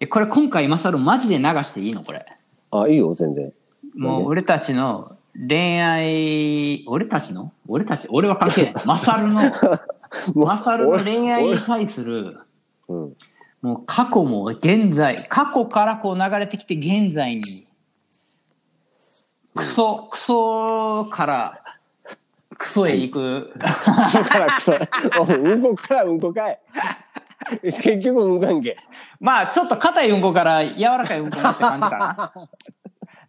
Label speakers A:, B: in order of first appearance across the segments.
A: えこれ今回今更マジで流していいのこれ。
B: あ、いいよ、全然。
A: もう俺たちの恋愛、俺たちの俺たち、俺は関係 ない。マサルの、
B: もう
A: マサルの恋愛に
B: 俺
A: 対する、
B: うん。
A: もう過去も現在、過去からこう流れてきて現在に、クソ、クソから、クソへ行く。
B: クソからクソ。おうんこからうんこかい。結局うんこやんけ。
A: まあ、ちょっと硬いうんこから柔らかいうんこになって感じか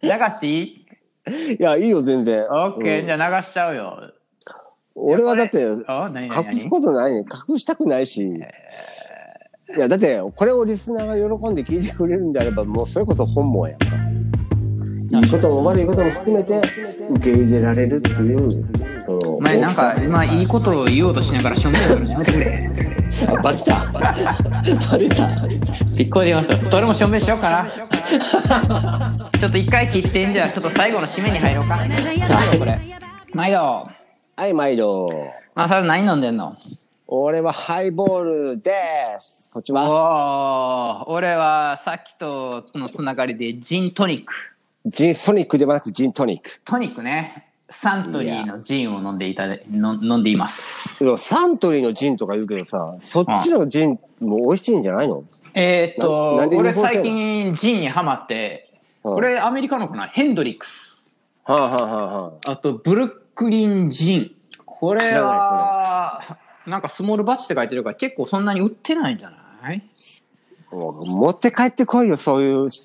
A: な。流していい
B: いや、いいよ、全然。
A: オッケー、
B: うん
A: じゃあ流しちゃうよ。
B: 俺はだって、
A: あ、何何
B: 隠す
A: 何
B: ことないね。隠したくないし。いや、だって、これをリスナーが喜んで聞いてくれるんであれば、もうそれこそ本望やんか。いいことも悪いことも含めて、受け入れられるっていう、その、
A: お前なんか
B: 大き
A: 今いいことを言おうとしながらしょんべんするのやめてくれ。
B: さ、あバレた。バレた。
A: びっくりますよ。それもしょんべんしようかな。ちょっと一回切ってんじゃあ、ちょっと最後の締めに入ろうか。さあ、これ。毎度。
B: はい、毎度。
A: まあ、それ何飲んでんの
B: 俺はハイボールです。そっち
A: お
B: は
A: お、俺はさっきとのつながりでジントニック。
B: ジンソニックではなくジントニック。
A: トニックね。サントリーのジンを飲んでいただの飲んでいます。
B: でもサントリーのジンとか言うけどさ、そっちのジンも美味しいんじゃないの
A: えーっと
B: ななん、で日
A: 俺
B: 本製な
A: 最
B: の
A: 近ジンにハマって、
B: うん
A: これアメリカのかなヘンドリックス。
B: はあ、はあはあはあ、
A: あと、ブルックリンジン。これ
B: 知ら
A: は、なんかスモールバッチって書いてるから結構そんなに売ってないんじゃない
B: もう持って帰ってこいよ、そういう希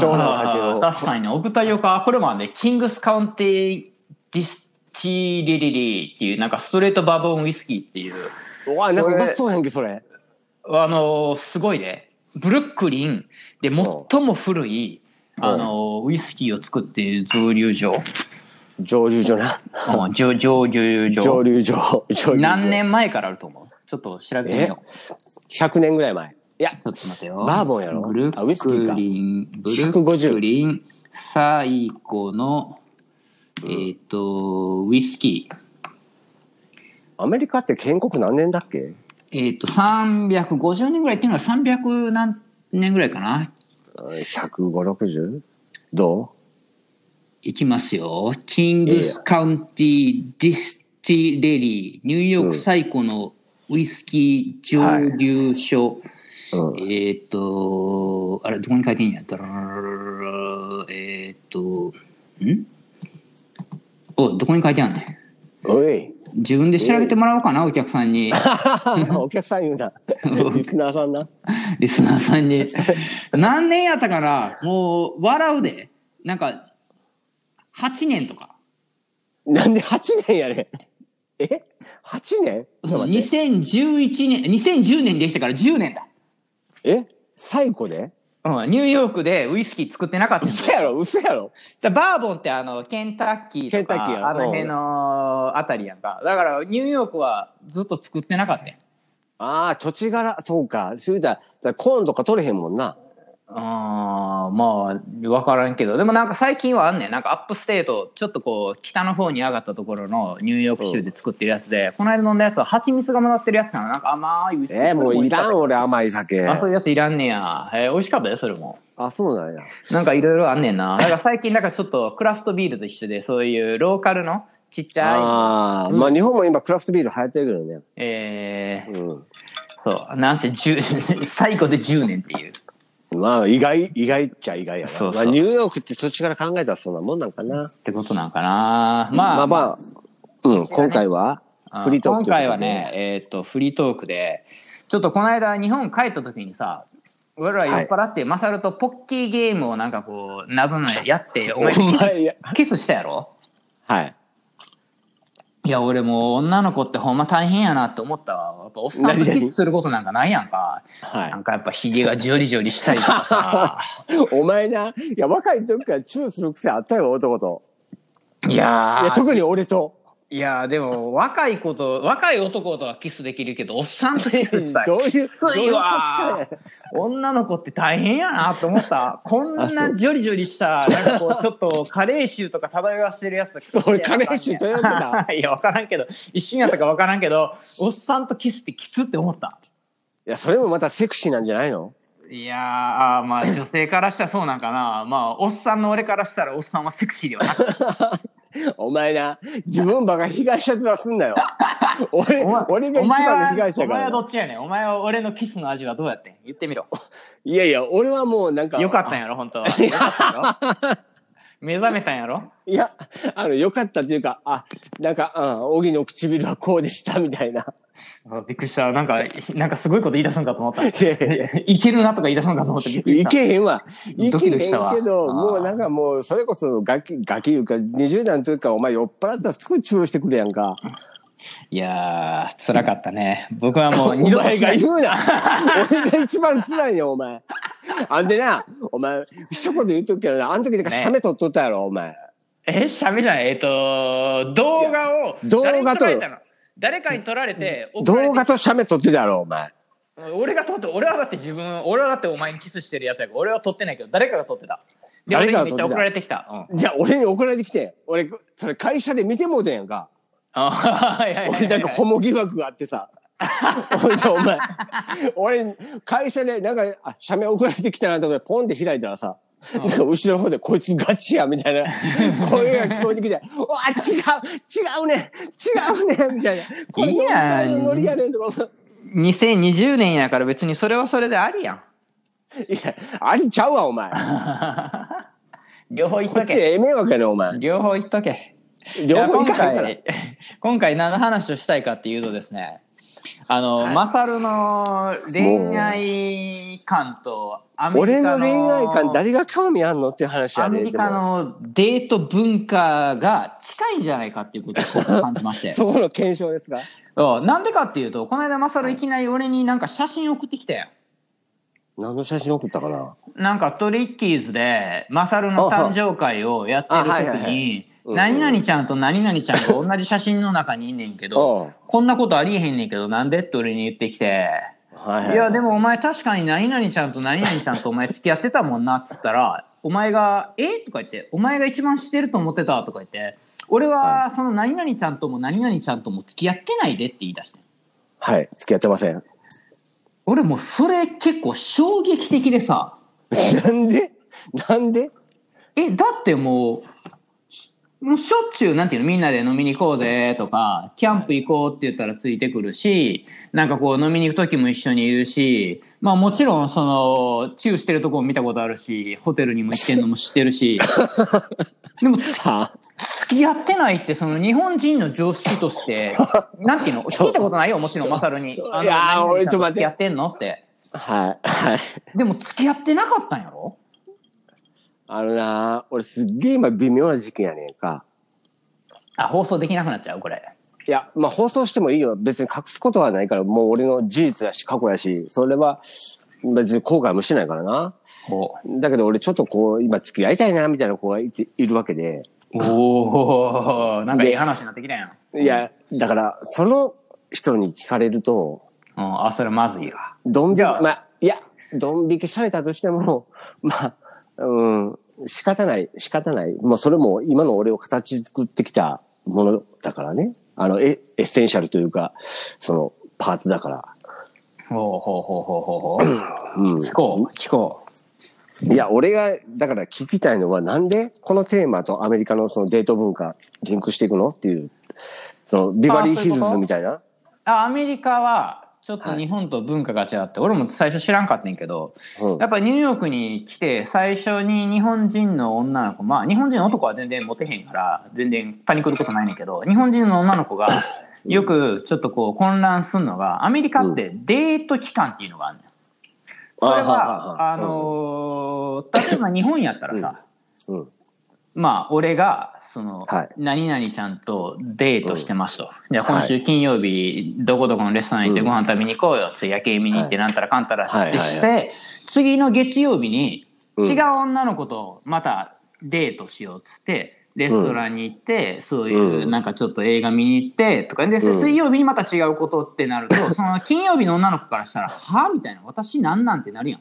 B: 少なお酒を。
A: あー確かにね、オクタイオカ、これもね、キングスカウンティディスティリリリーっていう、なんかストレートバボンウイスキーっていう、
B: うわ、なんかうまそうやんけ、それ。
A: あのーすごいね、ブルックリンで最も古い、
B: ん
A: あのーウイスキーを作っている蒸留所、
B: 蒸留所な。
A: うん蒸蒸留
B: 蒸
A: 所、
B: 留所。蒸留所
A: 何年前からあると思うちょっと調べてみよう。
B: ?100 年ぐらい前。いや、
A: ちょっと待てよ。
B: バーボンやろ
A: ブル
B: あウイ
A: ッ
B: スキー
A: ク
B: か
A: リン、ブルッ
B: 150
A: クリン、最後の、えっ、と、ウイスキー。
B: アメリカって建国何年だっけ
A: えっ、と、350年ぐらいっていうのが300何年ぐらいかな。
B: ?105、60? ど
A: いきますよ。キングスカウンティディスティレリー、ニューヨーク最古のウイスキー蒸留所。
B: ううん。
A: えーっ、と、あれ、どこに書いてんやったら、えーっ、と、んおい、どこに書いてあんね
B: おい。
A: ん。自分で調べてもらおうかな、お客さん に、
B: お客さん言う な。リスナーさんな。
A: リスナーさんに。何年やったかなもう、笑うで。なんか、8年とか。
B: なんで8年やねん。え ?8 年ちょっと待って
A: 2011年、2010年にできたから10年だ。
B: え最古で
A: うん、ニューヨークでウイスキー作ってなかったんだよ
B: 嘘やろ嘘やろ
A: だバーボンってあのケンタッキーと
B: ケンタッキー
A: か
B: やろ
A: あの辺のあたりやんかだからニューヨークはずっと作ってなかったやん
B: ああ、土地柄、そうか。それじゃあコーンとか取れへんもんな。
A: あーまあ分からんけどでもなんか最近はあんねんなんかアップステートちょっとこう北の方に上がったところのニューヨーク州で作ってるやつで、この間飲んだやつは蜂蜜が混ざってるやつかななんか甘いウイスキー
B: えー、もういらん、
A: ん
B: 俺甘い酒。
A: あそういうやついらんねや、えー美味しかったよそれも
B: あ、そうなんや。
A: なんかいろいろあんねんなだから最近なんかちょっとクラフトビールと一緒でそういうローカルのちっちゃい
B: ああ、まあ日本も今クラフトビール流行ってるけどね。
A: えー、
B: う
A: そう、なんせ10 最後で10年っていう。
B: ん。まあ意外、意外っちゃ意外やな。
A: そうそう
B: まあニューヨークって土地から考えたらそんなもんなんかな。
A: ってことなんかな。まあ、
B: まあまあ、うん、今回は
A: あ
B: フリートークと
A: 今
B: いうことで
A: 回はね、、えっ、と、フリートークで、ちょっとこの間日本帰った時にさ、俺ら酔っ払って、マサルとポッキーゲームをなんかこう、なぶのやって、お前、
B: お 前や、
A: キスしたやろ
B: はい。
A: いや、俺もう女の子ってほんま大変やなって思ったわ。やっぱおっさんとキスすることなんかないやんか。
B: はい
A: なんかやっぱヒゲがジョリジョリしたりとかさ。
B: お前な、いや、若い時からチューする癖あったよ、男と。
A: いやー
B: いや、特に俺と。
A: いやーでも若い子と若い男とはキスできる けどおっさんとキスしたい
B: どういう、どう
A: きつ
B: い
A: いうわ
B: 価値
A: ー女の子って大変やなと思 ったこん
B: あそ
A: なジョリジョリしたなんかこうちょっとカレー臭とか漂わしてるやつとか
B: 俺カレー臭漂ってた
A: いや分からんけど一瞬やったか分からんけどおっさんとキスってきつって思った
B: いや、それもまたセクシーなんじゃないの
A: いやーあーまあ女性からしたらそうなんかなまあおっさんの俺からしたらおっさんはセクシーではなく
B: お前な、自分ばっかり被害者面すん なよ。俺、俺 が
A: お
B: 一
A: 前
B: 番の
A: は
B: 被害者
A: お
B: やか
A: 前は
B: ら
A: ど
B: な。
A: っちやねんお前は俺のキスの味はどうやってん言ってみろ
B: いやいや、俺はもうなんか。
A: よかったんやろ本 当はよかったんやろ目覚めたんやろ
B: いや、あの、よかったっていうか、あ、なんか、うん、小木の唇はこうでした、みた いな。
A: あびっくりしたなんかなんかすごいこと言い出すんかと思った
B: いやいやいや
A: いけるなとか言い出すのかと思ってびっくり
B: い
A: した。
B: けへんわ。い
A: ド
B: け
A: キド
B: へ
A: キ
B: んけ
A: したわ
B: ど、
A: あー
B: もうなんかもう、それこそガキ、ガキいうか、20代の時からお前酔っ払ったらすぐ注意してくるやんか。
A: いやー、辛かったね。僕は もう
B: お
A: 二度と
B: 前
A: しな
B: が
A: い
B: 言うな俺が一番辛いよ、お前。あんでな、お前、一言言うとくけどな、あの時だから
A: ね
B: 写メ撮っとったやろ、お前。
A: え、しゃべじゃない、えっと、動画を、
B: 動画
A: 誰に
B: と
A: 撮られたの誰かに撮られて、送られて
B: 動画と写メ撮ってたやろ、お前。
A: 俺が撮って、俺はだって自分、俺はだってお前にキスしてるやつやから、俺は撮ってないけど、誰かが撮ってた。で、
B: 誰
A: 俺
B: か
A: に
B: が
A: め
B: 撮
A: っ
B: って
A: ち
B: た
A: ゃ送られてきた。うん
B: じゃあ、俺に送られてきて。俺、それ会社で見てもうてんやんか。
A: あーいやいやいや
B: 俺なんかホモ疑惑があっ てさ。ほいでお前、俺、会社でなんか、あ、写メ送られてきたなと思って、ポンって開いたらさ、なんか後ろの方でこいつガチや、みた いな声が聞こえてきて、わあ、違う、違うね、違うね、みたいな。これ
A: いいやん
B: どういうノリやねんとか思う。
A: 2020年やから別にそれはそれでありやん。
B: いや、ありちゃうわ、お前。こ
A: 両方言っと
B: っち
A: け。
B: ええ迷惑やねん、お前。
A: 両方言っとけ。
B: 両方行かへんから
A: いや。今回 今回何の話をしたいかっていうとですねあの、
B: はい
A: マサルの恋愛観とアメ
B: 俺
A: リカ
B: の
A: の
B: 恋愛観誰が興味あんのっていう話や
A: ア
B: ね
A: メ
B: ん。
A: リカのデート文化が近いんじゃないかっていうことを感じまし
B: で
A: て
B: も そこの検証ですが。
A: うんなんでかっていうとこの間マサルいきなり俺になんか写真送ってきたやん
B: 何の写真送ったかな
A: なんかトリッキーズでマサルの誕生会をやってる
B: あはいはい
A: 時
B: は
A: に
B: うん
A: 何々ちゃんと何々ちゃんが同じ写真の中にいんねんけど
B: おう
A: こんなことありえへんねんけど、なんでって俺に言ってきて、
B: はい
A: いや、でもお前確かに何々ちゃんと何々ちゃんとお前付き合ってたもんなっつったら、お前が、えとか言って、お前が一番してると思ってたとか言って、俺はその何々ちゃんとも何々ちゃんとも付き合ってないでって言い出して。
B: はい、付き合ってません。
A: 俺もうそれ結構衝撃的でさ、
B: なんでなんで
A: え、だってもう、もうしょっちゅう、なんていうの、みんなで飲みに行こうぜとか、キャンプ行こうって言ったらついてくるし、なんかこう飲みに行く時も一緒にいるし、まあもちろんその、チューしてるとこも見たことあるし、ホテルにも行ってんのも知ってるし、 でも
B: さあ、
A: 付き合ってないってその日本人の常識として、なんていう の、聞いたことないよ、もちろん、マサルに。あの
B: いやー
A: 何々
B: 俺ちょっと待って
A: 付き合ってんのって。
B: はい、はい。
A: でも付き合ってなかったんやろ
B: あのな、俺すっげえ今微妙な時期やねんか。
A: あ、放送できなくなっちゃう、これ。
B: いや、まあ放送してもいいよ。別に隠すことはないから、もう俺の事実やし、過去やし、それは別に後悔もしないからな。
A: こう
B: だけど俺ちょっとこう、今付き合いたいな、みたいな子がいているわけで。
A: おお、なんかいい話になってきたやん。
B: いや、だから、その人に聞かれると、
A: うん、あ、それまずいわ。
B: ドン引き、
A: じゃあ
B: まあ、いや、ドン引きされたとしても、 まあ、うん、仕方ない、仕方ない。もうそれも今の俺を形作ってきたものだからね。あの、エエッセンシャルというか、その、パーツだから。
A: ほうほうほうほうほうほ
B: うん
A: う。。聞こう、聞こ
B: いや、俺が、だから聞きたいのは、なんでこのテーマとアメリカのそのデート文化、リンクしていくのっていう、その、ビバリーヒルズみたいな。
A: う。あ、アメリカは、ちょっと
B: はい
A: 日本と文化が違って、俺も最初知らんかったんやけど、
B: うん
A: や。っぱニューヨークに来て、最初に日本人の女の子、まあ日本人の男は全然モテへんから、全然パニクることないねんけど、日本人の女の子が、よくちょっとこう混乱すんのが、アメリカってデート期間っていうのがあるのよ。それは、あ、のー例えば日本やったらさ、
B: うんうん。
A: まあ、俺が、その、
B: はい
A: 何々ちゃんとデートしてますと。じゃあ、今週金曜日、どこどこのレストラン行って
B: うん
A: ご飯食べに行こうよって、夜景見に行って、なんたらかんたら
B: はい
A: ってし
B: は
A: て、次の月曜日に、
B: うん
A: 違う女の子とまたデートしようっつって、レストランに行って、そういうう、
B: ん
A: なんかちょっと映画見に行って、とか、で、
B: うん
A: 水曜日にまた違うことってなると、その金曜日の女の子からしたら、はみたいな、私なんなんてなるやん。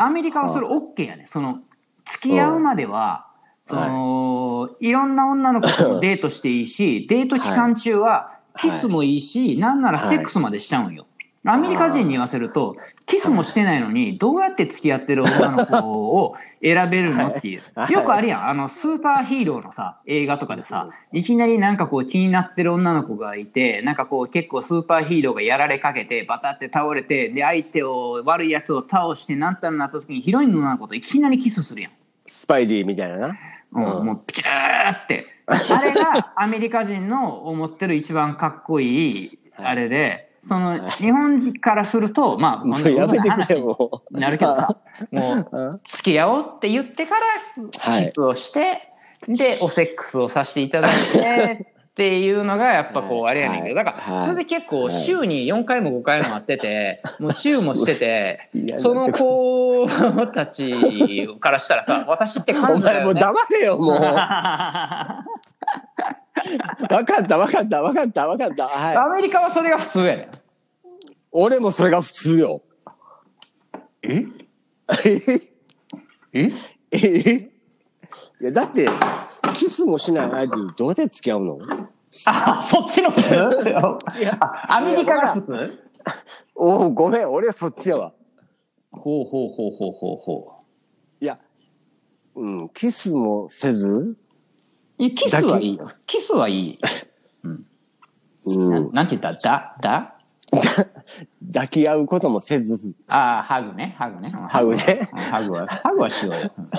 A: アメリカはそれ OK やね。その、付き合うまでは、その、い、ろんな女の子とデートしていいし、デート期間中はキスもいいし、なんならセックスまでしちゃうんよ。アメリカ人に言わせると、キスもしてないのに、どうやって付き合ってる女の子を選べるのっていう
B: は。い
A: よくあるやん。あの、スーパーヒーローのさ、映画とかでさ、いきなりなんかこう気になってる女の子がいて、なんかこう結構スーパーヒーローがやられかけて、バタって倒れて、で、相手を、悪いやつを倒して、なんたらなった時にヒロインの女の子といきなりキスするやん。
B: スパイディみたいなな。
A: うん、もうピチューって。あれがアメリカ人の思ってる一番かっこいいあれで、その日本人からすると、まあ、
B: もうやめてくれ、
A: こんな
B: も
A: 話
B: う。
A: に なるけどさ、もう
B: うん。
A: 付き合おうって言ってから、
B: はい。
A: をして、で、おセックスをさせていただいて、っていうのがやっぱこう
B: はい
A: あれやねんけど、
B: は
A: だ
B: い
A: から
B: はい
A: それで結構
B: はい
A: 週に4回も5回も会ってて、もう週もしてて
B: い、や
A: その子たちからしたら さ、私って彼
B: お
A: 女だ
B: 前も
A: よ
B: う
A: ね。
B: 黙れよ、 もう。わかった、わかった、わかった、わかっ た。
A: ア
B: は
A: メ
B: い。
A: リカはそれが普通やねん。
B: 俺もそれが普通よ。
A: ええ
B: ええいや、だって、キスもしない相手とどうやって付き合うの
A: あ、そっちの普通 あアメリカが普通
B: おお、ごめん、俺そっちやわ。
A: ほうほうほうほうほうほ
B: いや、うん、キスもせず、
A: う。いやキスはいいよ。キスはいい。
B: う、
A: なんなんて言っただ、だ
B: 抱き合うこともせず、
A: ああ、ハグね、ハグね。ハ
B: ハグね
A: うんハグは、ハグはしようよ。うん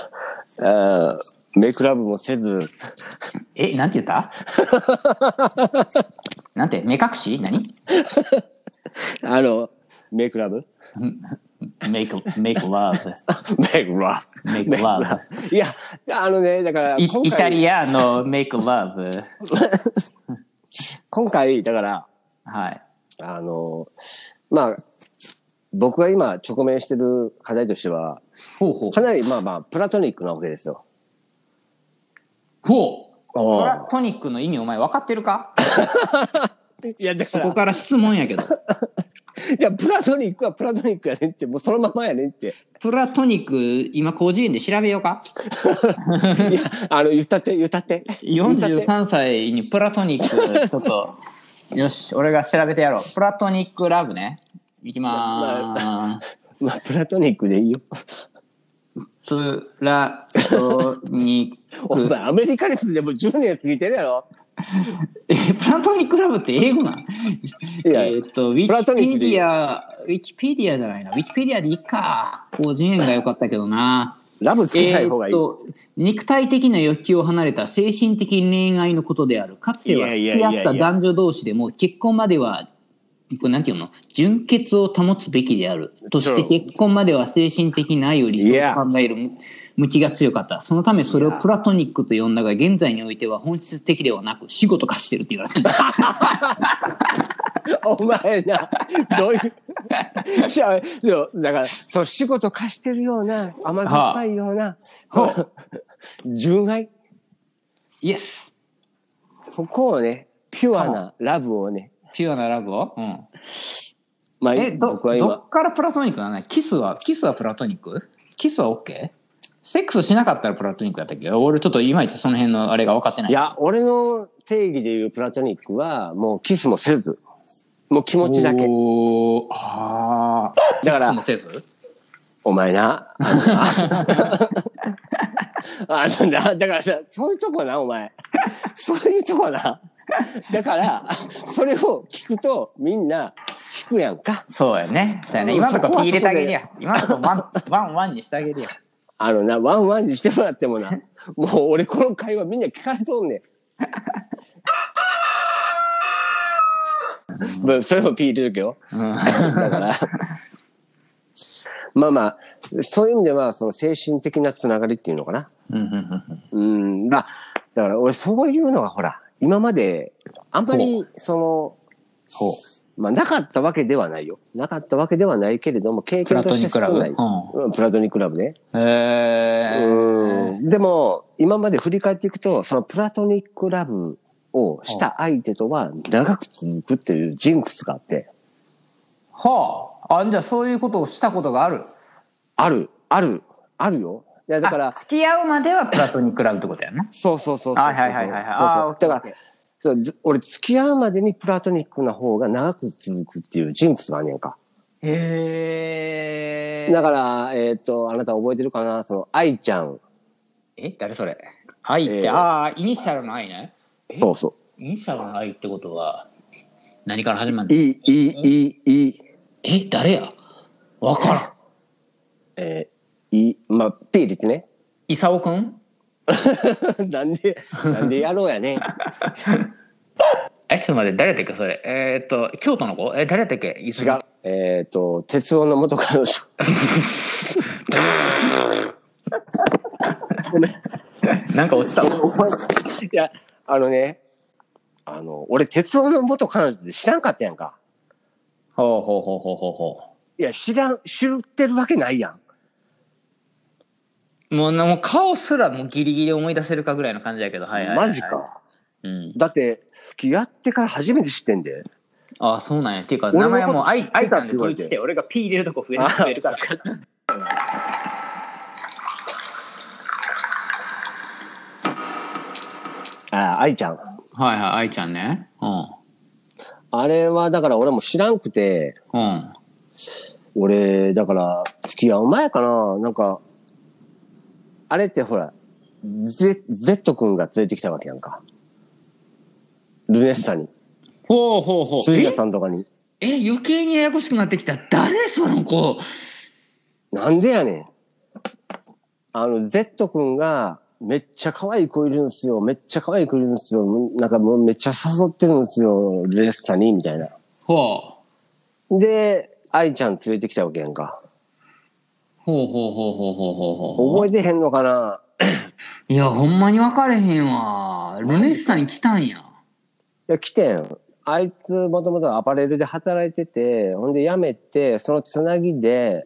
B: あーメイクラブもせず、
A: え、なんて言った なんて、目隠し何
B: あの、メイクラブ
A: ?make, make love.
B: メイクラブ。
A: Make love.
B: いや、あのね、だから、
A: イ
B: 今回
A: イタリアの make love.
B: 今回、だから、
A: はい。
B: あの、まあ、僕が今直面してる課題としては、
A: ほうほう
B: か。なりまあまあ、プラトニックなわけですよ。
A: ほう。
B: お
A: プ
B: う
A: ラトニックの意味お前分かってるか
B: いや、だか
A: そこ
B: ら、
A: から質問やけど。
B: いや、プラトニックはプラトニックやねんって、もうそのままやねんって。
A: プラトニック、今、広辞苑で調べようか
B: いや、あの、言ったって、言ったって。言ったって。
A: ?43 歳にプラトニック、ちょっ と、よし、俺が調べてやろう。プラトニックラブね。いきまーす。
B: まあ、プラトニックでいいよ。
A: プラトニ
B: お
A: ック。
B: 前、アメリカ列でもう10年過ぎてるやろ。
A: え、プラトニックラブって英語なん
B: いや、
A: えーっと、ウィ
B: プラト
A: キ
B: ニッ
A: ペ
B: ク
A: デ
B: でいい
A: ィア、ウィキペディアじゃないな。ウィキペディアでいいか。広辞苑が良かったけどな。
B: ラブつけない方がいい。
A: えーっと肉体的な欲求を離れた精神的恋愛のことであるかつてはい
B: やい
A: 付
B: やい
A: き
B: や
A: 合
B: いや
A: った男女同士でも結婚まではこれなんていうの純潔を保つべきであるとして
B: そう
A: 結婚までは精神的な愛を理想と考えるむ向きが強かったそのためそれをプラトニックと呼んだが現在においては本質的ではなく仕事化してるって言われてる
B: お前な、どういう。しゃそうだから、そう、仕事貸してるような、甘酸っぱいような、
A: はあ
B: そう 純愛。
A: イエス
B: そこをね、ピュアなラブをね、
A: ピュアなラブを、うん、
B: まあ、
A: えど
B: 僕は
A: ど
B: 今
A: っ、からプラトニックなのねキスはキスはプラトニックキスは OK? セックスしなかったらプラトニックだったっけど俺ちょっといまいちその辺のあれが分かってない
B: いや、俺の定義でいうプラトニックは、もうキスもせず、もう気持ちだけ。
A: おーあー
B: だから
A: キスもせず
B: お 前な。あの なあの な、だからさ、そういうとこな、お前。 そういうとこな。だから、 それを聞くとみんな引くやんか。
A: そうやねそうやね今のとこピー入れてあげるや今のとこワンワンワンにしてあげるや
B: あのな、ワンワンにしてもらっても な、もう俺この会話みんな聞かれとんねん。まあそれもピー入れと けよ。だから、まあまあ、そういう意味では、その精神的なつながりっていうのかな。
A: うんうんうんうん
B: うん、まあ、だから俺そういうのがほら、今まで、あんまり、その、
A: ほ
B: まあなかったわけではないよ。なかったわけではないけれども、経
A: うプ
B: 験
A: ラ
B: と
A: トニ
B: して
A: ック
B: 少
A: ラブ
B: ない。うんプラトニックラブね。
A: うんへえ
B: うん。でも、今まで振り返っていくと、そのプラトニックラブをした相手とは長く続くっていうジンクスがあって、
A: はああじゃあそういうことをしたことがある
B: ある、ある、あるよ。いや、だから
A: あ、付き合うまではプラトニックラブってことやな
B: そうそうそうそうそう。
A: はいはいはいはいはい
B: そう
A: あー
B: そ
A: オ
B: う
A: ッ。ケ
B: だ
A: ー
B: から、そうず俺付き合うまでにプラトニックな方が長く続くっていうジンクスがあんねんか。
A: へえ。
B: だから、えっ、と、あなた覚えてるかなその、愛ちゃん。
A: え誰それ愛って、
B: えー
A: ああイニシャルの愛ね
B: そうそ
A: イニシャルの愛ってことは何から始まるの
B: う。いい、いい、いい、いい。
A: え誰やわからん
B: えー、いい、まあ、ピーリってね。
A: イサオくん
B: なんで、なんでやろうやね。
A: えちょっと待って誰だっけそれえーっと京都の子え誰だっけ違
B: 違う。えっ、と、鉄夫の元彼女。
A: なんか落ちたわ
B: いや、あのね、あの、俺、鉄夫の元彼女って知らんかったやんか。
A: ほうほうほうほうほうほ
B: いや、知らん、知ってるわけないやん。
A: うもうなもう顔すらもうギリギリ思い出せるかぐらいの感じやけどはいはい、はい、
B: マジか。
A: うん
B: だって、付き合ってから初めて知ってんで。
A: ああそうなんやっていうか
B: 俺
A: 名
B: のこと
A: 前はもう愛愛ちゃんで
B: 知ってたって言わ
A: 統
B: れ
A: 一
B: て
A: して俺が P 入れるとこ増える
B: あ
A: 増え るから
B: ああ、愛ちゃん。
A: はいはい愛ちゃんねうん
B: あれは、だから俺も知らんくて、
A: うん
B: 俺、だから、付き合う前かな、なんか、あれってほら、Z、Z 君が連れてきたわけやんか。ルネッサに。
A: ほうほうほう
B: 辻田さんとかに。
A: え余計にややこしくなってきた誰その子
B: なんでやねん。あの、Z 君が、めっちゃ可愛い子いるんすよ。めっちゃ可愛い子いるんすよ。なんかもうめっちゃ誘ってるんすよ。ルネッサに、みたいな。
A: ほう
B: で、愛ちゃん連れてきたわけやんか。
A: ほうほうほうほうほうほうほう
B: 覚えてへんのかない
A: やほんまに分かれへんわルネッサに来たんや
B: いや、来てん。あいつ、もともとアパレルで働いてて、ほんで辞めて、そのつなぎで、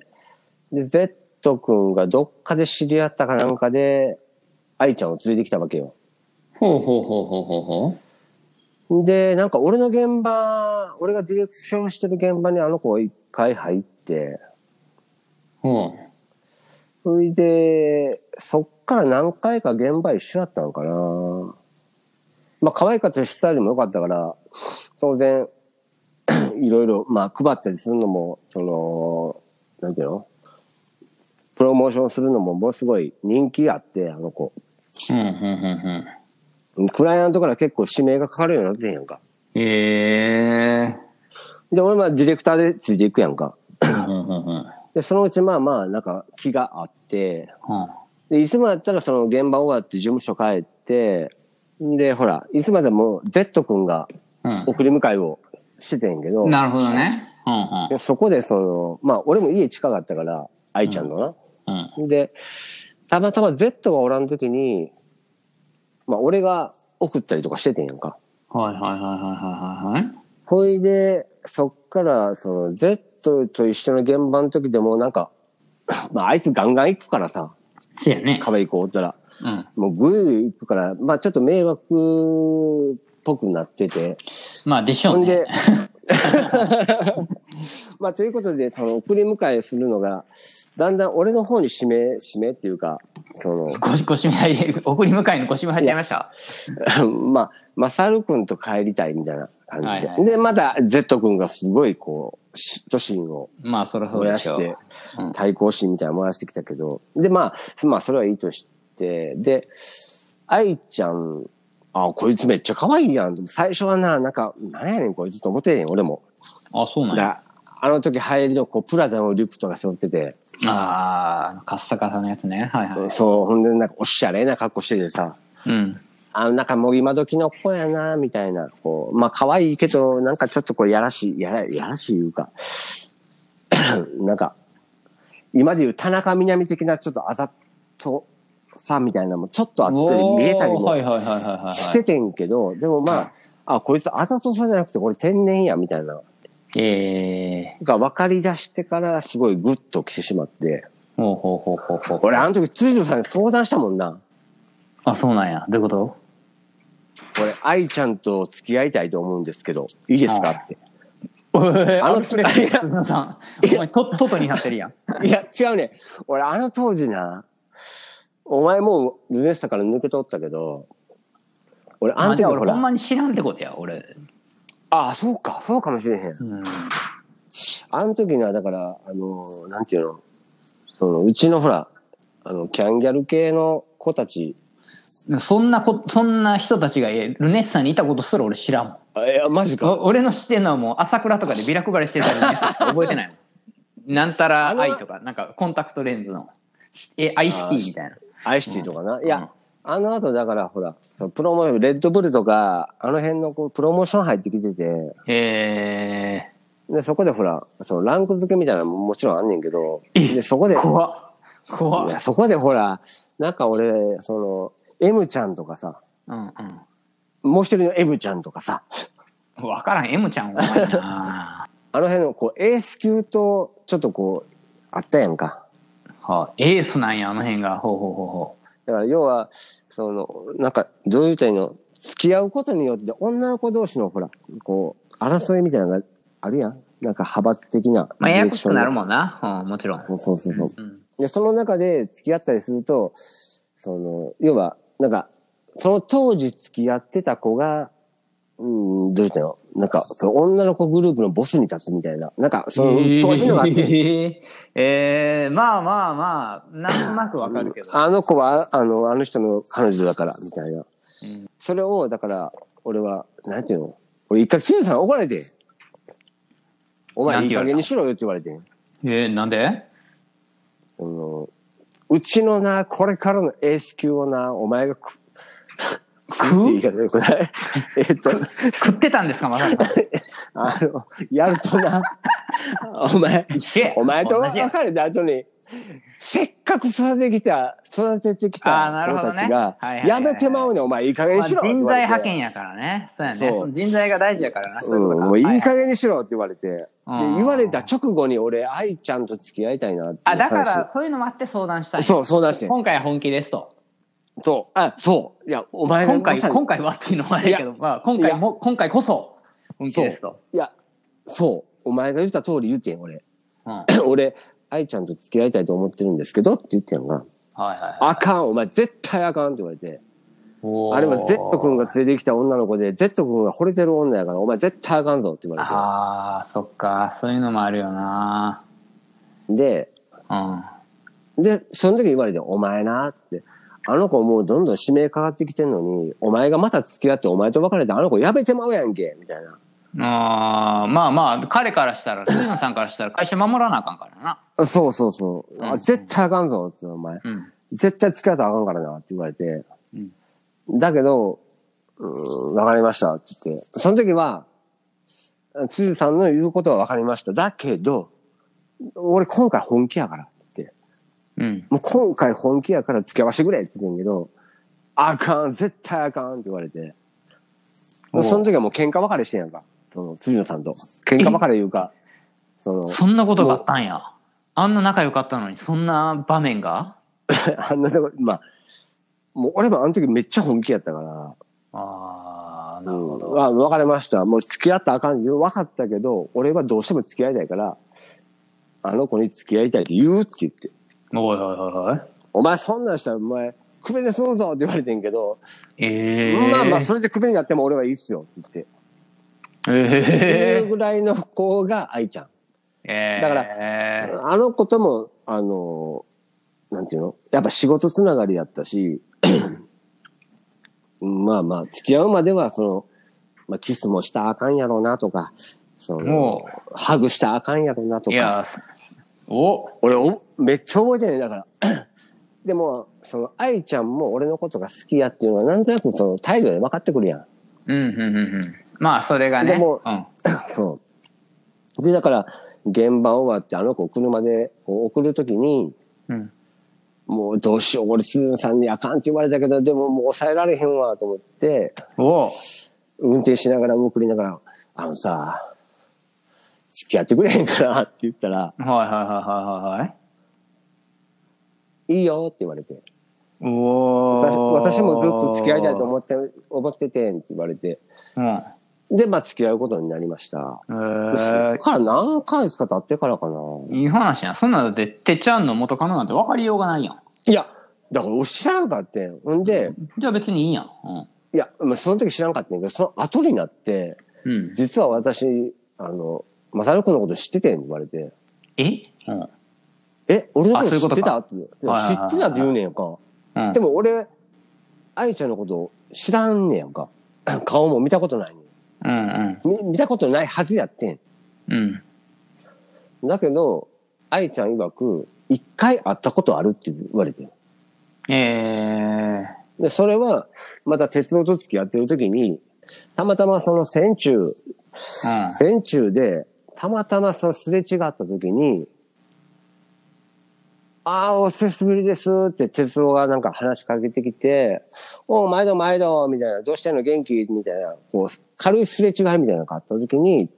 B: で、Z 君がどっかで知り合ったかなんかで、愛ちゃんを連れてきたわけよ。
A: ほうほうほうほうほうほう
B: で、なんか俺の現場、俺がディレクションしてる現場にあの子が一回入って、
A: ほ
B: それで、そっから何回か現場一緒だったのかな。まあ、可愛かったし、スタイルも良かったから、当然、 いろいろ、まあ、配ったりするのも、その、なんていうのプロモーションするのも、もうすごい人気あって、あの子。
A: ううんうんうん
B: クライアントから結構指名がかかるようになってへんやんか。
A: うんへえ
B: で、俺はディレクターでついていくやんか。
A: うんうんうんうん
B: で、そのうちまあまあ、なんか気があって、
A: うん
B: で、いつもやったらその現場終わって事務所帰って、で、ほら、いつまでも Z 君が
A: う
B: 送り迎えをしててんやけど、
A: んなるほどねうんうん
B: でそこでその、まあ俺も家近かったから、愛ちゃんのな。
A: うん
B: で、たまたま Z がおらん時に、まあ俺が送ったりとかしててんやんか。
A: はいはいはいはいはいはい
B: ほいで、そっから、その Z と一緒の現場の時でもなんか、まああいつガンガン行くからさ、
A: そうやね
B: 可愛い子おったら。
A: うん
B: もうぐいぐい行くから、まあちょっと迷惑っぽくなってて。
A: まあでしょ
B: ほ
A: うんね
B: で、まあということで、その送り迎えするのが、だんだん俺の方に指名、指名っていうか、そ
A: ごご指名入れ送り迎えのご指名入っちゃいました
B: の、まあ、マサル君と帰りたいみたいな感じで。
A: はいはい
B: で、また Z 君がすごいこう、嫉妬心を
A: まあそろそ
B: 燃
A: ろ
B: や
A: でし
B: し
A: ょ
B: て
A: う、うん
B: 対抗心みたいなの燃やしてきたけど、で、まあ、まあ、それはいいとして、で、愛ちゃん、あ、こいつめっちゃ可愛いやん。でも最初はな、なんか、なんやねん、こいつと思ってんねん、俺も。
A: あそうなんや
B: だあの時流行りのこうプラダのリュックとか背負ってて、
A: あーあの、カッサカサのやつね。はいはい。
B: そう、ほんでなんかおしゃれな格好しててさ、
A: うん。
B: あのなんかもう今時の子やな、みたいな、こう、まあ可愛いけど、なんかちょっとこうやらしい、やらやらしいいうか、 なんか、今でいう田中みな実的なちょっとあざとさみたいなのもちょっとあったり見えたり
A: おーはい
B: も
A: はいはいはいはいはい。
B: しててんけど、でもまあ、あ、こいつあざとさじゃなくてこれ天然や、みたいな、
A: ええ
B: が分かり出してからすごいグッと来てしまって、
A: ー。ほうほうほうほうほう。
B: 俺あの時辻野さんに相談したもんな。
A: あ、そうなんや。どういうこと
B: 俺、愛ちゃんと付き合いたいと思うんですけど、いいですかって。
A: あ
B: の
A: のプレス、辻野さん。お前、トトトになってるやん。
B: いや、違うね。俺、あの当時な、お前もうルネッサから抜けとったけど、俺、 あ
A: あ
B: ん
A: じ
B: 時
A: ゃあ
B: のほ
A: 俺ほん
B: ら。
A: まに知らんってことや、俺。
B: ああ、そうか、そうかもしれへん。
A: うん。
B: あの時のは、だから、あのー、なんていうの、その、うちのほら、あの、キャンギャル系の子たち、
A: そんなこ、そんな人たちがえルネッサンにいたことすら俺知らんもん。
B: あいや、マジか。
A: お俺の知ってんのはもう朝倉とかでビラ配りしてた りね覚えてないもん。なんたら愛とか、なんかコンタクトレンズの、え、アイスティーみたいな。
B: アイシティとかな。いや、
A: うん
B: あの後、だから、ほら、そのプロモレッドブルとか、あの辺のこうプロモーション入ってきてて、
A: え
B: で、そこでほら、そのランク付けみたいなのももちろんあんねんけど、で、そこで、
A: ー、怖っ。
B: い
A: 怖っ
B: や。そこでほら、なんか俺、その、M ちゃんとかさ、
A: うん
B: もう一人の M ちゃんとかさ、
A: うん。わからん、M ちゃんお前な
B: あの辺のこう、エース級と、ちょっとこう、あったやんか。
A: はあ、エースなんや、あの辺が。ほうほうほうほう。
B: だから要は、その、なんか、どういう点の、付き合うことによって、女の子同士のほら、こう、争いみたいなのがあるやん。なんか、派閥的な。
A: まあ、ややこしくなる
B: ん。
A: もんな。うん、もちろん。
B: そうそうそう。
A: うん。
B: で、その中で付き合ったりすると、その、要は、なんか、その当時付き合ってた子が、うん、どうしたのなんか、その女の子グループのボスに立つみたいな。なんか、その、当時のがあっ
A: え
B: て、
A: ー えーまあまあまあ、なんとなくわかるけど。
B: あの子は、あの、あの人の彼女だから、みたいな。
A: うん
B: それを、だから、俺は、なんていうの俺一回、つゆさん怒られて。お
A: な
B: 前、
A: ん
B: い
A: て
B: い
A: 言われた
B: 加減にしろよって言われて。
A: えー、なんで
B: その、うちのな、これからのエース級をな、お前がく、
A: 食う
B: って言い方よくないえっと、
A: 食ってたんですか、まさ か。
B: あの、やるとな、お前、
A: 一緒や
B: お前と
A: 同じや
B: 別れた後に、せっかく育ててきた、育ててき
A: あーな
B: た
A: る
B: 子
A: ほどね
B: たちが
A: はいはいはい、はい
B: やめてまうねん、お前、いい加減
A: ま
B: に
A: あ
B: しろって
A: 人
B: 言わ
A: 材
B: れて。
A: 派遣やからね。そうやね。
B: そう
A: その人材が大事やからな。そういう
B: う
A: こ
B: ん、
A: とか
B: もうい
A: はいは
B: 加減にしろって言われて、で
A: うん
B: 言われた直後に俺、愛ちゃんと付き合いたいなっていう
A: あ、だか
B: 話
A: ら、そういうのもあって相談したい。
B: そう、相談して。
A: 今回は本気ですと。
B: そう、あ、そう。いや、お前が
A: 今回、
B: まさに
A: 今回はっていうのもあれやけど、まあ、今
B: い
A: 回
B: や
A: も、今回こそ、本気ですと。
B: いや、そう。お前が言った通り言うてん、俺。
A: うん。はい
B: 俺、愛ちゃんと付き合いたいと思ってるんですけどって言ってんが、
A: はいはい。
B: あかん、お前絶対あかんって言われて。
A: おー
B: あれは Z 君が連れてきた女の子で、Z 君が惚れてる女やから、お前絶対あかんぞって言わ
A: ああ、そっか。そういうのもあるよな。
B: れて。で、
A: うん。
B: で、その時言われて、お前な、つって。あの子もうどんどん指名かかってきてんのに、お前がまた付き合ってお前と別れてあの子やめてまうやんけ、みたいな。
A: ああ、まあまあ、彼からしたら、杉野さんからしたら会社守らなあかんからな。
B: あそうそうそう。
A: う
B: あ
A: ん
B: 絶対あかんぞ、つって、お前。
A: うん。
B: 絶対付き合ったらあかんからなって言われて、
A: うん
B: だけど、うーん、わかりましたって言って、その時は、辻さんの言うことはわかりました。だけど、俺今回本気やからって言って、
A: うん。
B: もう今回本気やから付き合わせてくれって言ってんけど、あかん、絶対あかんって言われて、
A: おう
B: その時はもう喧嘩別れしてんやんか。その辻野さんと。喧嘩別れい うか、その、
A: そんなことがあったんや。あんな仲良かったのに、そんな場面が
B: あんなとこ、まあ、もう俺もあの時めっちゃ本気やったから、
A: ああ、なるほど。
B: あ分かりました。もう付き合ったらあかんよ。分かったけど、俺はどうしても付き合いたいから、あの子に付き合いたいって言うって言って。
A: おいおいおいおい。
B: お前そんなんしたらお前、クビにすんぞって言われてんけど、
A: ええー。
B: まあまあ、それでクビになっても俺はいいっすよって言って。ってい
A: え
B: うぐらいの子が愛ちゃん。
A: えー。
B: だから
A: ら、
B: あの子とも、あの、なんていうのやっぱ仕事つながりやったし、まあまあ、付き合うまでは、その、まあ、キスもしたらあかんやろうなとか、その
A: も、
B: ハグしたらあかんやろうなと
A: い
B: か、
A: や、お
B: 俺お、めっちゃ覚えてないだから。 でも、その、愛ちゃんも俺のことが好きやっていうのは、なんとなくその態度で分かってくるやん。
A: うんうんうんうん。まあ、それがね。
B: でも
A: うん。
B: そう。で、だから、現場終わって、あの子を車でこう送るときに、
A: うん。
B: もうどうしよう、俺、スーさんにあかんって言われたけど、でももう抑えられへんわ、と思って、
A: お
B: 運転しながら送りながら、あのさ、付き合ってくれへんかなって言ったら、
A: はいはいはいはいはいはい。
B: いいよって言われて、
A: お
B: 私私もずっと付き合いたいと
A: う。
B: 思って、思ってて、って言われて、
A: うん。え
B: で、まあ付き合うことになりました。
A: え
B: そっ
A: ー。
B: から何ヶ月か経ってからかな。
A: いい話や。そんなのだって、てっちゃんの元カノなんて分かりようがないやん。
B: いや、だから俺知らんかってん。ほんで、
A: じゃあ別にいいやん。うん。
B: いや、まあ、その時知らんかったんだけど、その後になって、
A: うん。
B: 実は私、あの、マサル君のこと知っててんって言われて、
A: えうん。
B: え、俺のこ
A: あそうい
B: と
A: う
B: 知
A: こ
B: っ
A: と
B: てた
A: か
B: って。知っ
A: はいはいはいはい
B: てたって言うねんやんか。
A: うん
B: でも俺、愛ちゃんのこと知らんねんやんか。顔も見たことないね
A: うん
B: ん。み見たことないはずやって
A: うん。うん。
B: ん。だけど、愛ちゃん曰く、一回会ったことあるって言われてん
A: え
B: で、それは、また鉄道と付きやってる時に、たまたまその船中、
A: ー、
B: 船中で、たまたまそのすれ違った時に、ああ、お久しぶりですって、哲夫がなんか話しかけてきて、おう、毎度毎度、みたいな、どうしてんの元気みたいな、こう、軽いすれ違いみたいなのがあった時に、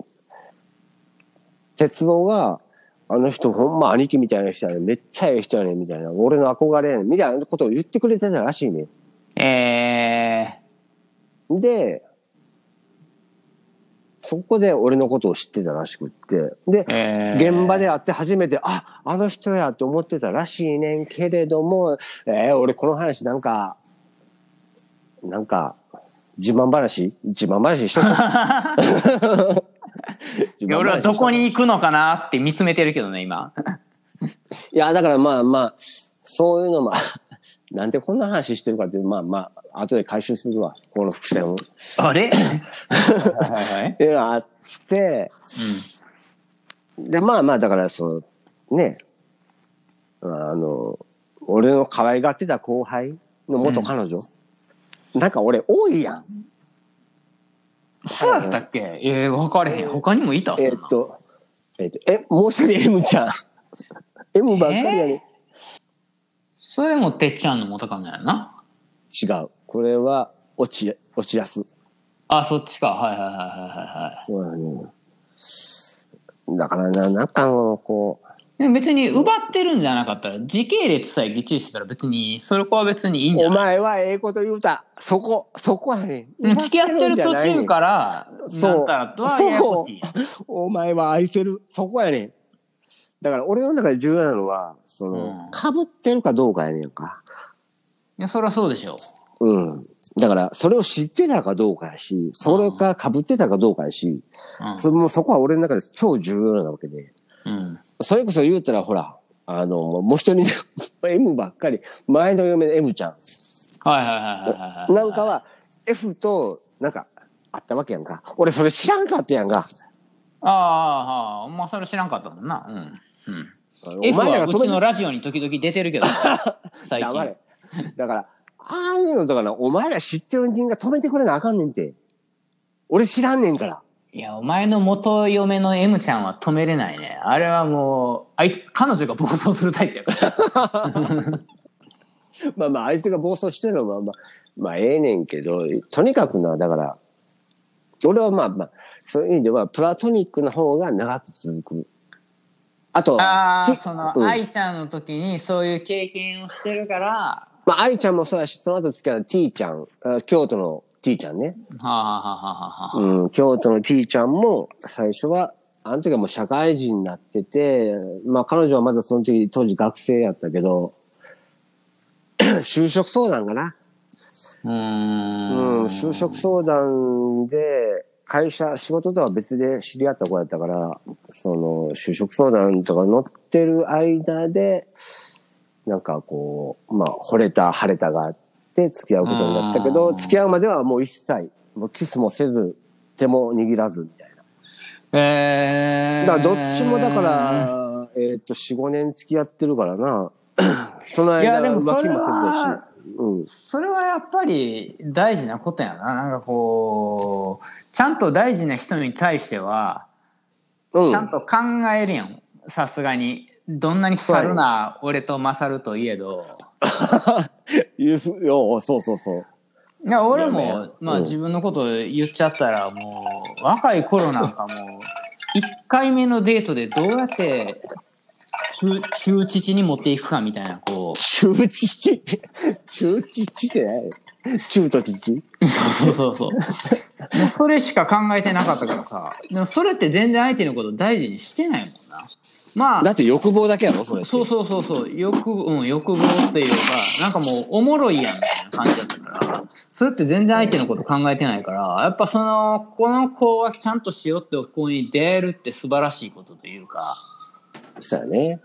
B: 哲夫が、あの人ほんま兄貴みたいな人やねんめっちゃええ人やねんみたいな、俺の憧れやねんみたいなことを言ってくれてたらしいね。
A: うん。え
B: で、そこで俺のことを知ってたらしくって。で
A: ー、、えー、
B: 現場で会って初めて、あ、あの人やって思ってたらしいねんけれども、えー俺この話なんか、なんか、自慢話自慢話しとく自
A: い
B: 慢話しと
A: や
B: く
A: 俺はどこに行くのかなって見つめてるけどね、今。
B: いや、だからまあまあ、そういうのも、 なんでこんな話してるかっていう、まあまあ、後で回収するわ。この伏線を。
A: あれはいはい
B: っていうのがあって、で、まあまあ、だから、その、ね、あの、俺の可愛がってた後輩の元彼女、なんか俺多いやん。
A: そうだったっけええー、分かれへん。他にもいたそん
B: え
A: な
B: ーっと、えーっと、え、もう一人 M ちゃん。M ばっかりやね、
A: それもてっちゃんの元カノやな。
B: 違う。これは、落ち、落ちやす。
A: あ、そっちか。はいはいはいはいはいはい。
B: そうだね。だからな、なんかもうこう、
A: でも別に奪ってるんじゃなかったら、時系列さえぎっちりしてたら別に、それこは別にいいんじゃ
B: お
A: ない
B: 前はええこと言うた。そこ、そこやねん。
A: うん付き合ってる途中から、
B: そう
A: なったらとはややこしい
B: お前は愛せる。そこやねん。だから俺の中で重要なのは、その、
A: うん
B: 被ってるかどうかやねんか。
A: いや、そりゃそうでしょ。
B: うん。だから、それを知ってたかどうかやし、それか被ってたかどうかやし、そもうそこは俺の中で超重要なわけで。
A: うん。うん。
B: それこそ言うたら、ほら、あの、もう一人ね、M ばっかり、前の嫁の M ちゃん
A: はいはいはいはいはい。
B: なんか、は、F と、なんか、あったわけやんか。俺それ知らんかったやんか。
A: ああ、ああ、まあそれ知らんかったもんな。うん。うん。F
B: ら
A: は
B: が
A: う
B: 止め
A: ち
B: て
A: のラジオに時々出てるけど、 最近。
B: 黙れ。だから、ああいうの、だから、お前ら知ってる人が止めてくれなあかんねんて。俺知らんねんから。
A: いや、お前の元嫁の M ちゃんは止めれないね。あれはもう、あいつ、彼女が暴走するタイプや から。
B: まあまあ、あいつが暴走してるのは、まあまあ、まあ、ええねんけど、とにかくな、だから、俺はまあまあ、そういう意味では、プラトニックの方が長く続く。あと、
A: ああ、
B: き
A: そ
B: うん
A: の、愛ちゃんの時にそういう経験をしてるから、は
B: まあ、愛ちゃんもそうやし、その後付き合う T ちゃん、あ京都の T ちゃんね。
A: あ、はあはあはあはあ、
B: うん、京都の T ちゃんも最初は、あの時はもう社会人になってて、まあ彼女はまだその時当時学生やったけど、 就職相談かな。
A: う
B: う
A: ー
B: ん、
A: ん。
B: 就職相談で、会社、仕事とは別で知り合った子やったから、その、就職相談とか乗ってる間で、なんかこう、まあ、惚れた、晴れたがあって付き合うことになったけ
A: う
B: ど、
A: ん
B: 付き合うまではもう一切、もうキスもせず、手も握らずみたいな。
A: えー。
B: だからどっちもだから、えーっと、4、5年付き合ってるからな。 その
A: いや
B: 間、
A: でもそ
B: 浮気
A: れ
B: もせず
A: は
B: だし。うん。
A: それはやっぱり大事なことやな。なんかこう、ちゃんと大事な人に対しては、
B: うん。
A: ちゃんと考えるやん。さすがに。どんなに猿な俺と勝るといえど。
B: 言うすよ、そうそうそう。
A: いや、俺
B: いやね
A: も、ま
B: う
A: あ
B: ん
A: 自分のこと言っちゃったら、もう、若い頃なんかもう、1回目のデートでどうやって、中、中乳に持っていくかみたいな、こ う、
B: 中父 中父ってない中と父
A: そうそうそう。もうそれしか考えてなかったからさ。でもそれって全然相手のこと大事にしてないもんな。ま
B: だ
A: あ、
B: って欲望だけやろ、それって。
A: そうそうそうそう、欲、うん、欲望っていうか、なんかもうおもろいやんみたいな。感じだったから、それって全然相手のこと考えてないから、やっぱその、この子はちゃんとしようって子に出会えるって素晴らしいことというか、
B: そうだね。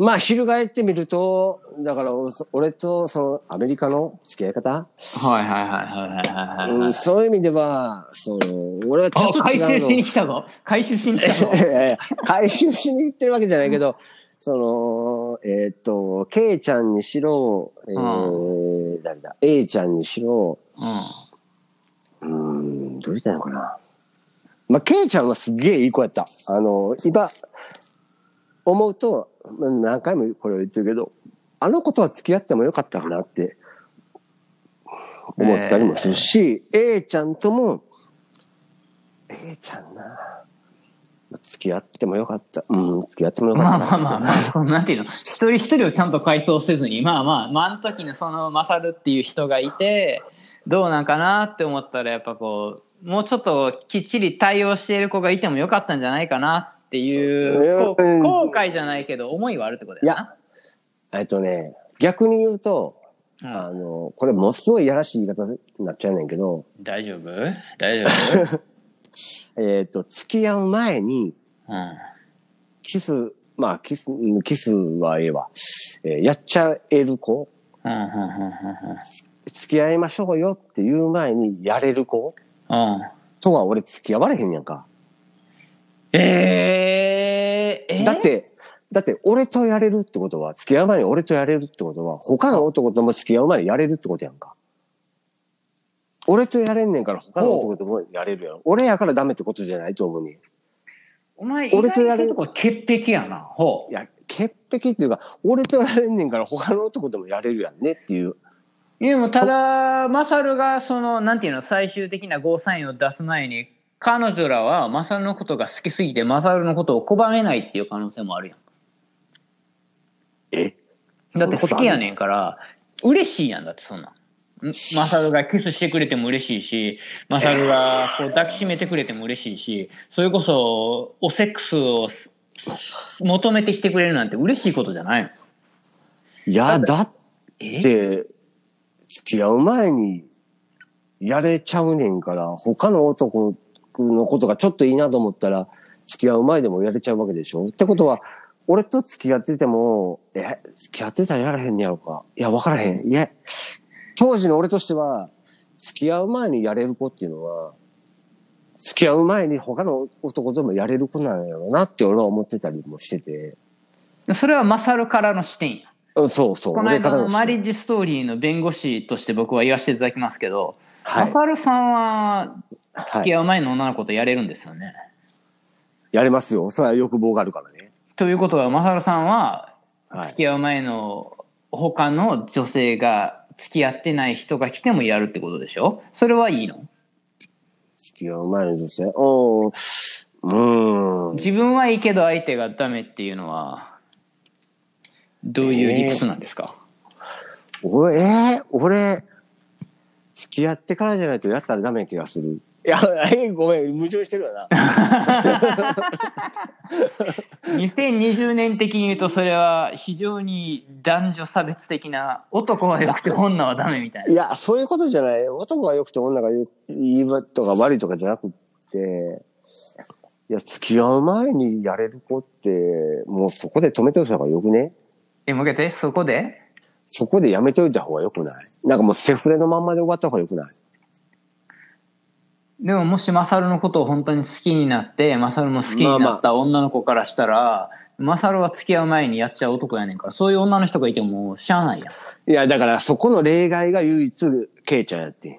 B: まあ、翻ってみると、だから、そ俺と、その、アメリカの付き合い方、
A: はいはいはいはいはいはい、
B: う
A: は
B: ん、
A: い。
B: そういう意味では、その、俺はちょ
A: あ
B: っと
A: 回
B: 違
A: 収
B: うの
A: しに来たぞ回収しに来た ぞ
B: いやいや回収しに行ってるわけじゃないけど、その、えーっと、ケイちゃんにしろ、えー誰だ、A ちゃんにしろ、
A: うん。
B: うーん、どう言ったのかな。まあ、ケイちゃんはすっげえいい子やった。あの、今、思うと、まあ何回もこれを言ってるけど、あの子とは付き合ってもよかったかなって思ったりもするし、A ちゃんとも、A ちゃんな、付き合ってもよかった。うん、付き合ってもよかっ
A: ま
B: たな
A: あまあまあまあ、そのなんていうの、一人一人をちゃんと回想せずに、まあまあ、まあ、あの時のその、マサルっていう人がいて、どうなんかなって思ったら、やっぱこう、もうちょっときっちり対応している子がいてもよかったんじゃないかなっていう、こう
B: うん
A: 後悔じゃないけど、思いはあるってことだよ
B: えっとね、逆に言うと、
A: な。
B: あ
A: うん
B: の、これものすごいいやらしい言い方になっちゃうねんけど、
A: 大丈夫大丈夫
B: えーっと、付き合う前に、
A: うん。
B: キス、まあ、キス、うんキスはええわ。えーやっちゃえる子、
A: うんうん
B: 付き合いましょうよって言う前にやれる子
A: うんうんうん。うん
B: とは俺付き合われへんやんか。
A: えー、えー
B: だっ、て、だって俺とやれるってことは、付き合う前に俺とやれるってことは、他の男とも付き合う前にやれるってことやんか。俺とやれんねんから他の男ともやれるやん。俺やからダメってことじゃないと思うねん。い
A: お前、
B: 俺とやる
A: 意外とそういうとこ潔癖やな。ほう。
B: や、潔癖っていうか、俺とやれんねんから他の男ともやれるやんねっていう。
A: でもただマサルがそのなんていうの最終的なゴーサインを出す前に彼女らはマサルのことが好きすぎてマサルのことを拒めないっていう可能性もあるやん
B: え
A: だって好きや
B: ん。
A: ねんから嬉しいやんだってそんなんんマサルがキスしてくれても嬉しいしマサルがこう抱きしめてくれても嬉しいしそれこそおセックスをす求めてきてくれるなんて嬉しいことじゃないの
B: いや、だって
A: え
B: って、付き合う前にやれちゃうねんから、他の男のことがちょっといいなと思ったら、付き合う前でもやれちゃうわけでしょってことは、俺と付き合ってても、え、付き合ってたらやらへんねやろか。いや、わからへん。いや、当時の俺としては、付き合う前にやれる子っていうのは、付き合う前に他の男ともやれる子なんやろうなって俺は思ってたりもしてて。
A: それはマサルからの視点や
B: うん、そうそう。
A: この
B: 俺か
A: 間
B: ら
A: の
B: す
A: マリッジストーリーの弁護士として僕は言わせていただきますけど、
B: はい
A: マサルさんは
B: は
A: 付
B: い
A: き合う前の女の子とやれるんですよね。
B: やれますよ。それは欲望があるからね。
A: ということはマサルさんは
B: はい
A: 付。き合う前の他の女性が付き合ってない人が来てもやるってことでしょそれはいいの
B: 付き合う前の女性。おうーん。
A: 自分はいいけど相手がダメっていうのはどういう理屈なんですか、
B: 俺、えー俺、付き合ってからじゃないとやったらダメな気がする。いや、えごめん、矛盾してるわな。。
A: 2020年的に言うとそれは非常に男女差別的な男は良くて女はダメみたいない
B: や、 そういうことじゃない。男が良くて女が良いいとか悪いとかじゃなくって、いや、付き合う前にやれる子って、もうそこで止めておいた方がよくね
A: え、もう一回言って、そこで
B: そこでやめといた方がよくないなんかもうセフレのまんまで終わった方がよくない
A: でももしマサルのことを本当に好きになって、マサルも好きになった女の子からしたら、マサルは付き合う前にやっちゃう男やねんから、そういう女の人がいてももうしゃあないやん。
B: いや、だからそこの例外が唯一、ケイちゃんやってん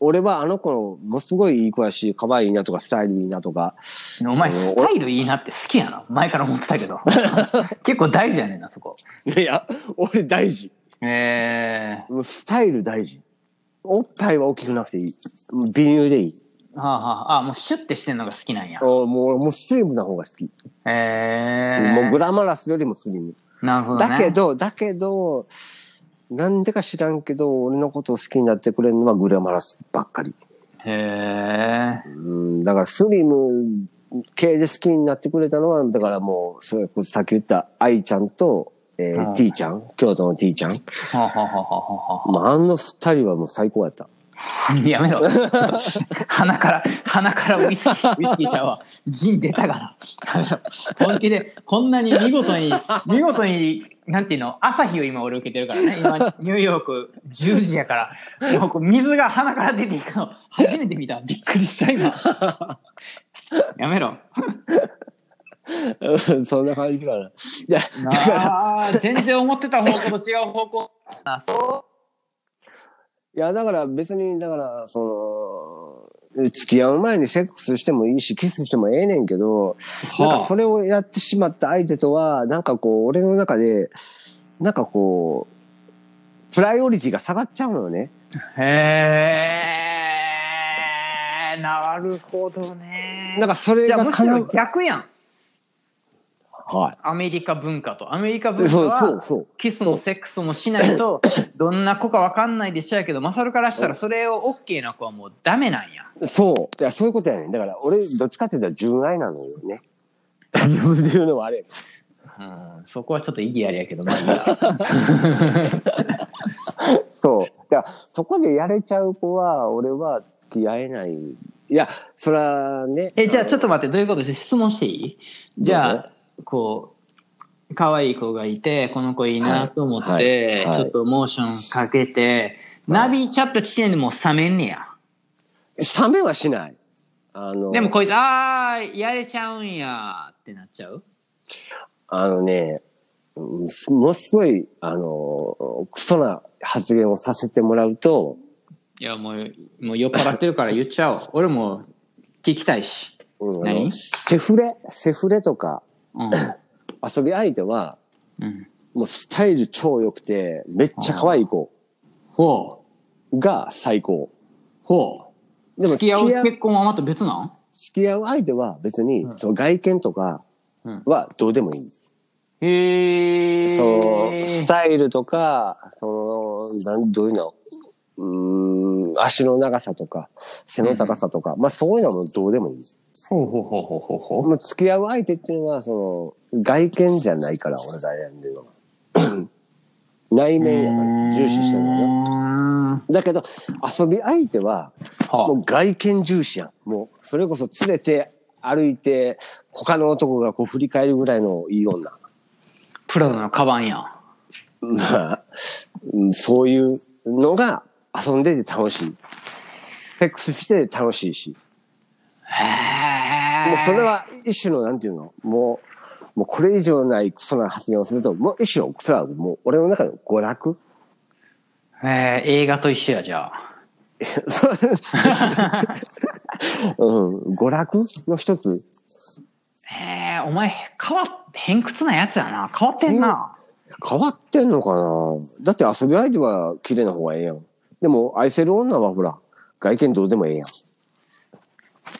B: 俺はあの子、もすごいいい子やし、可愛いなとか、スタイルいいなとか。
A: お前、
B: そう
A: スタイルいいなって好きやな。前から思ってたけ ど。結構大事やねんな、そこ。
B: いや、俺大事。
A: え
B: もうスタイル大事。おっぱいは大きくなくていい。もう美乳でいい。
A: ー、はあ、はあ、あ、もうシュッてしてんのが好きなんや。
B: おもう、もうスリムな方が好き。
A: えー、
B: もうグラマラスよりもスリム。
A: なるほどね。
B: だけど、だけど、なんでか知らんけど、俺のことを好きになってくれるのはグラマラスばっかり。
A: へえ。
B: うん、だからスリム系で好きになってくれたのは、だからもう、それこそさっき言った愛ちゃんとえ
A: うん
B: ー、T ちゃん、京都の T ちゃん。
A: はあはあはあはあは
B: まあ、あの二人はもう最高やった。
A: あやめろ。ちょっと鼻から、鼻からウイス キー、ウイスキーちゃうわ。ジン出たから。本気で、こんなに見事 に、見事に、なんていうの、朝日を今俺受けてるからね。今、ニューヨーク10時やから、もうこう水が鼻から出ていくの、初めて見た。びっくりした、今。やめろ。
B: うんそんな感じかな。いや、だから、
A: ああ、全然思ってた方向と違う方向。あそ
B: いや、だから別に、だから、その、付き合う前にセックスしてもいいし、キスしてもええねんけど、
A: う。
B: なんかそれをやってしまった相手とは、なんかこう、俺の中で、なんかこう、プライオリティが下がっちゃうのよね。
A: へえ、なるほどね。
B: なんかそれ
A: じゃあ
B: が
A: むし
B: かな
A: ろ逆やん。
B: は
A: アメリカ文化と。アメリカ
B: い。
A: 文化
B: そうそう
A: は
B: そう。
A: キスもセックスもしないと、どんな子かわかんないでしょやけど、マサルからしたらそれを OK な子はもうダメなんや。
B: そう。いや、そういうことやねん。だから、俺、どっちかっていうと純愛なのよね。自分で言うのはあれやけど。
A: うん、そこはちょっと意義ありやけど、まあいい や
B: そう。だから、そこでやれちゃう子は、俺は付き合えない。いや、そらね。
A: え、じゃあちょっ
B: っ
A: と待って、どういうことして質問していいじ
B: どう
A: ゃあ、こう、可愛い子がいて、この子いいなと思って、
B: はいはい
A: ちょっとモーションかけて、ナビチャット地点でもう冷めんねや。
B: と。冷めはしない。あの、
A: でもこいつ、あー、やれちゃうんやってなっちゃう
B: あのね、うんものすごい、あの、クソな発言をさせてもらうと、
A: いや、もう、もう酔っ払ってるから言っちゃお う。俺も聞きたいし。
B: うんあの
A: 何
B: セフレ、セフレとか
A: うん。
B: 遊び相手は、
A: うん。
B: もうスタイル超良くて、めっちゃ可愛い子
A: ほ
B: が最高。
A: う。ほう。
B: でも
A: 付き合
B: 付き合
A: う
B: う
A: 結婚はまた別なん
B: 付き合う相手は別に、
A: うん
B: その外見とか
A: うん
B: はどうでもいい。
A: へえ。
B: そのスタイルとか、その、なんどういうのうーん、足の長さとか、背の高さとか、まあそういうのはもうどうでもいい。
A: ほうほうほうほうほうほう。
B: もう付き合う相手っていうのは、その、外見じゃないから、俺が選んでるのは。 内面やから、重視してるのよな。
A: の
B: だけど、遊び相手は、も
A: は
B: う外見重視やん。もう、それこそ連れて歩いて、他の男がこう振り返るぐらいのいい女。
A: あ、プラダのカバンやん。
B: まあ、うんそういうのが遊んでて楽しい。セックスしてて楽しいし。
A: へ
B: も
A: え。
B: うそれ。は一種の、なんていうのもう、もうこれ以上ないクソな発言をすると、もう一種の、それはもう俺の中の娯楽
A: えー、映画と一緒や、じゃあ。
B: そううん、娯楽の一つ
A: えー、お前、変わっ、偏屈なやつやな。変わってんな。
B: 変わってんのかなだって遊び相手は綺麗な方がええやん。でも愛せる女はほら、外見どうでもええやん。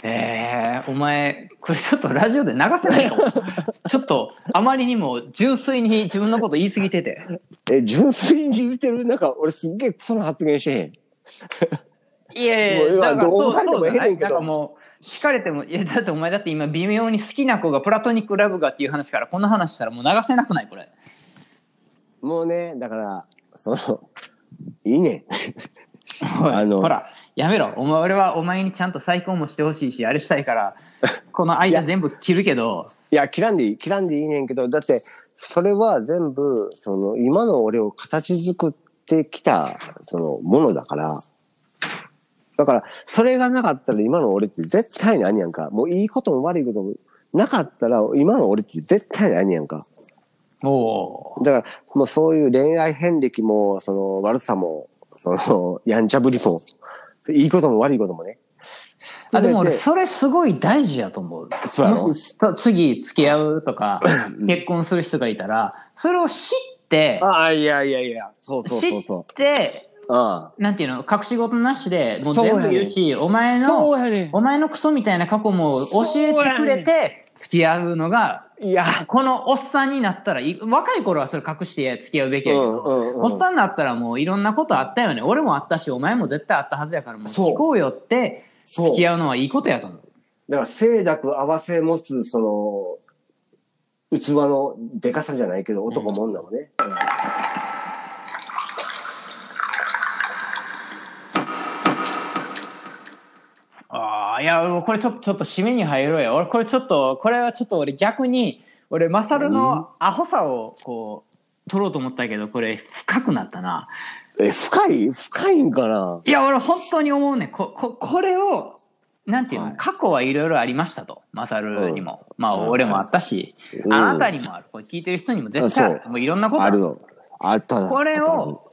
A: えー、お前、これちょっとラジオで流せないか も。ちょっと、あまりにも純粋に自分のこと言い過ぎてて。
B: え、純粋に言ってるなんか俺すっげえクソな発言してへん。
A: いやい
B: もう
A: や、
B: 要は
A: だから
B: どう
A: そう
B: 思われてもええねんけど
A: そうじゃないなんかもう、聞かれても、いや、だってお前だって今微妙に好きな子がプラトニックラブがっていう話から、この話したらもう流せなくないこ れ。
B: もうね、だから、その、いいね
A: おい
B: あの
A: ほら、やめろ。お前、俺はお前にちゃんと再婚もしてほしいし、あれしたいから、この間全部切るけど、
B: ん。いや、切らんでいい、切らんでいいねんけど、だって、それは全部、その、今の俺を形作ってきた、その、ものだから、だから、それがなかったら今の俺って絶対にあんやんか。もういいことも悪いことも、なかったら今の俺って絶対にあんやんか。
A: おお
B: だから、もうそういう恋愛遍歴も、その、悪さも、その、やんちゃぶりも、いいことも悪いこともね。
A: ー。あ、でも俺、
B: 全て
A: それすごい大事やと思う。
B: そうやろ
A: もし次、付き合うとか、結婚する人がいたら、それを知って、
B: ああ、いやいやいや、そうそうそうそう。
A: 知って、
B: あ
A: なんていうの、隠し事なしで、もう全部言う
B: そ
A: し、お前
B: あ
A: の、
B: うやね
A: お前のクソみたいな過去も教えてくれ
B: そう
A: て、付き合うのが
B: いや、
A: このおっさんになったらいい、若い頃はそれ隠して付き合うべきやけど、
B: うんうんうん
A: おっさんになったらもういろんなことあったよね。俺もあったし、お前も絶対あったはずやから、もう
B: そう
A: 聞こうよって、
B: そう
A: 付き合うのはいいことやと思う。
B: だから、清濁合わせ持つ、その、器のでかさじゃないけど、男も女もね。
A: ああ、いや、これちょっと、ちょっと締めに入ろうや。俺、これちょっと、これはちょっと俺逆に、俺、マサルのアホさを、こう、取ろうと思ったけど、これ、深くなったな。
B: え、深い深いんかない
A: や、俺、本当に思うねん。こ、こ、これを、なんていうの、
B: はい
A: 過去はいろいろありましたと。マサルにも。まあ、
B: うん
A: 俺もあったし、
B: うん
A: あなたにもある。これ聞いてる人にも絶対ある
B: あそ
A: もういろんなこと
B: あ
A: あ
B: る
A: る。
B: の。あったな
A: これを、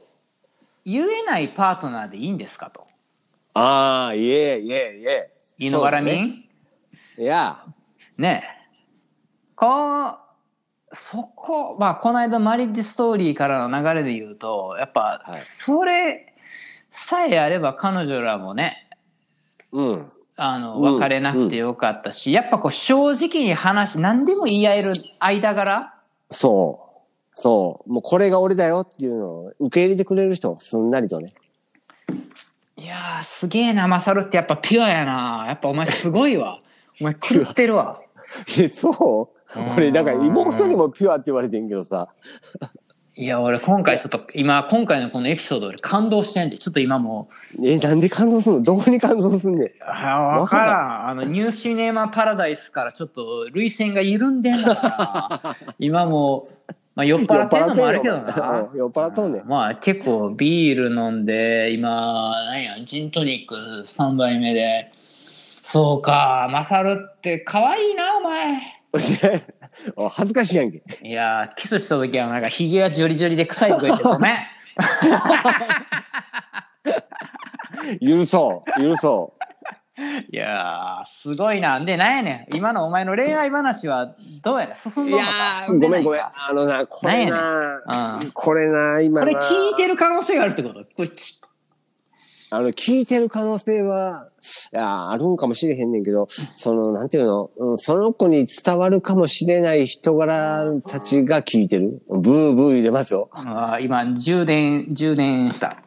A: 言えないパートナーでいいんですかと。
B: あったなあー、いえいえいえ。
A: 言いのがらみ
B: そうだね
A: ん
B: いや、
A: ねえこうそこまあこの間マリッジストーリーからの流れで言うとやっぱ、
B: はい
A: それさえあれば彼女らもね
B: うん。
A: あの
B: うん
A: 別れなくてよかったし、やっぱこう正直に話し何でも言い合える間柄
B: そう。そう。もうこれが俺だよっていうのを受け入れてくれる人、すんなりとね。
A: いやーすげえなマサルってやっぱピュアやなやっぱお前すごい わお前狂ってるわ
B: え、そう
A: うん
B: 俺、だから妹にもピュアって言われてんけどさ。
A: いや俺今回ちょっと今今回のこのエピソード俺感動してんでちょっと今もう
B: え、なんで感動すんのどこに感動すんねん。
A: あわからん。あの、ニューシネマパラダイスからちょっと、涙腺が緩んでんだ から、今もう、まあ、酔っ払ってんのもあるけどな。
B: 酔っ払っとんねん。
A: まあ、結構ビール飲んで、今、なんや、ジントニック3杯目で、そうか、マサルって可愛いな、お前。
B: お恥ずかしいやんけ。
A: いやー、キスした時はなんか、ヒゲがジョリジョリで臭いとか言って、ごめ ん。
B: 許そう。許そう。
A: いやー、すごいな。で、なんやねん。今のお前の恋愛話は、どうやねん。進ん
B: い
A: どんの
B: や
A: か
B: ーごめんごめん。あのな、これな
A: なんやねんう、
B: これな、今
A: こ
B: な。
A: れ聞いてる可能性があるってことこれき
B: あの、聞いてる可能性は、いや、あるんかもしれへんねんけど、その、なんていうの、うん、その子に伝わるかもしれない人柄たちが聞いてる。ブーブー入れますよ。
A: あー今充電充電 した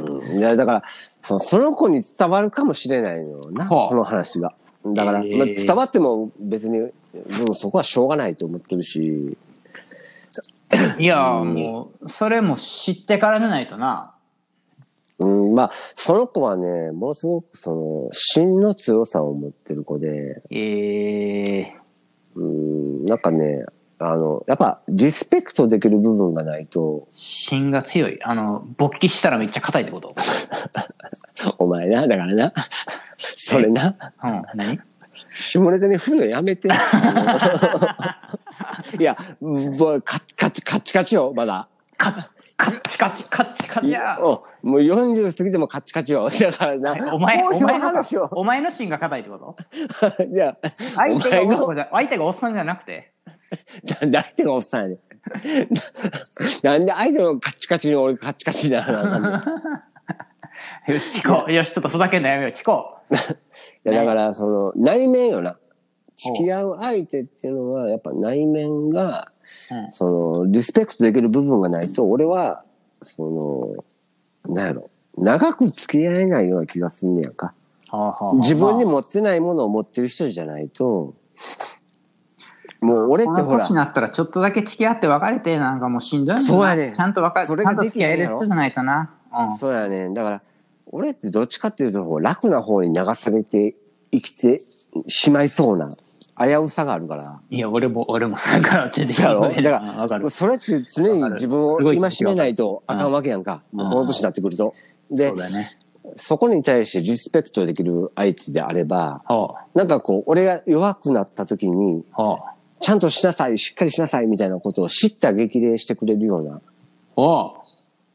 B: うん、いや、だから、そのその子に伝わるかもしれないのよな、
A: はあ
B: この話が。だから、
A: えー
B: まあ、伝わっても別に、でもそこはしょうがないと思ってるし、
A: いやーもうそれも知ってからじゃないとな
B: うん、まあ、その子はね、ものすごくその、芯の強さを持ってる子で、
A: ええ
B: うん、なんかね、あの、やっぱ、リスペクトできる部分がないと、
A: 芯が強いあの勃起したらめっちゃ硬いってこと
B: お前な、だからな、 それな、
A: うん何
B: 下ネタに振るの やめて。いや、もうカチカチ、カチカチよ、まだ。
A: カカッチカチカッチカチ
B: い
A: や
B: や、うんもう40過ぎてもカチカチよ。 だからな、
A: お前
B: こうい
A: お
B: う
A: 前の
B: 話を。
A: お前の芯が硬いってこと
B: いや、
A: 相手が
B: お前の
A: 男じゃ相手がおっさんじゃなくて
B: ななんで相手がおっさんや ねん。ななんで相手のカチカチに俺カチカチだな。
A: よし聞こうよしちょっとふざけんのやめよう聞こう
B: いや、だから、その、内面よな。付き合う相手っていうのは、やっぱ内面が、
A: うん
B: その、リスペクトできる部分がないと、俺は、その、なんやろ、長く付き合えないような気がすんねやんか。
A: はあはあはあ
B: 自分に持ってないものを持ってる人じゃないと、もう俺ってほ
A: この
B: ら
A: 年に、なったらちょっとだけ付き合って別れてなんかもうしんどいもんな
B: そうやねん
A: ちゃんと別れ
B: それ
A: ちゃんと
B: がで
A: 付
B: き
A: き
B: へ
A: 合
B: ん
A: え
B: やろ
A: る人じゃないとなうん
B: そうやねん。だから、俺ってどっちかっていうと、楽な方に流されて生きてしまいそうな危うさがあるから。
A: いや俺も俺もそれから全然
B: だろだか、
A: うんわからる
B: それって常に自分を戒めないと
A: わ
B: あ
A: かる
B: かんわけやんか。
A: ん
B: もうこの年になってくると。で
A: そう、だね
B: そこに対してリスペクトできる相手であれば、
A: ほ
B: なんかこう、俺が弱くなった時に、
A: うほう
B: ちゃんとしなさい、しっかりしなさい、みたいなことを知った激励してくれるような、
A: ほ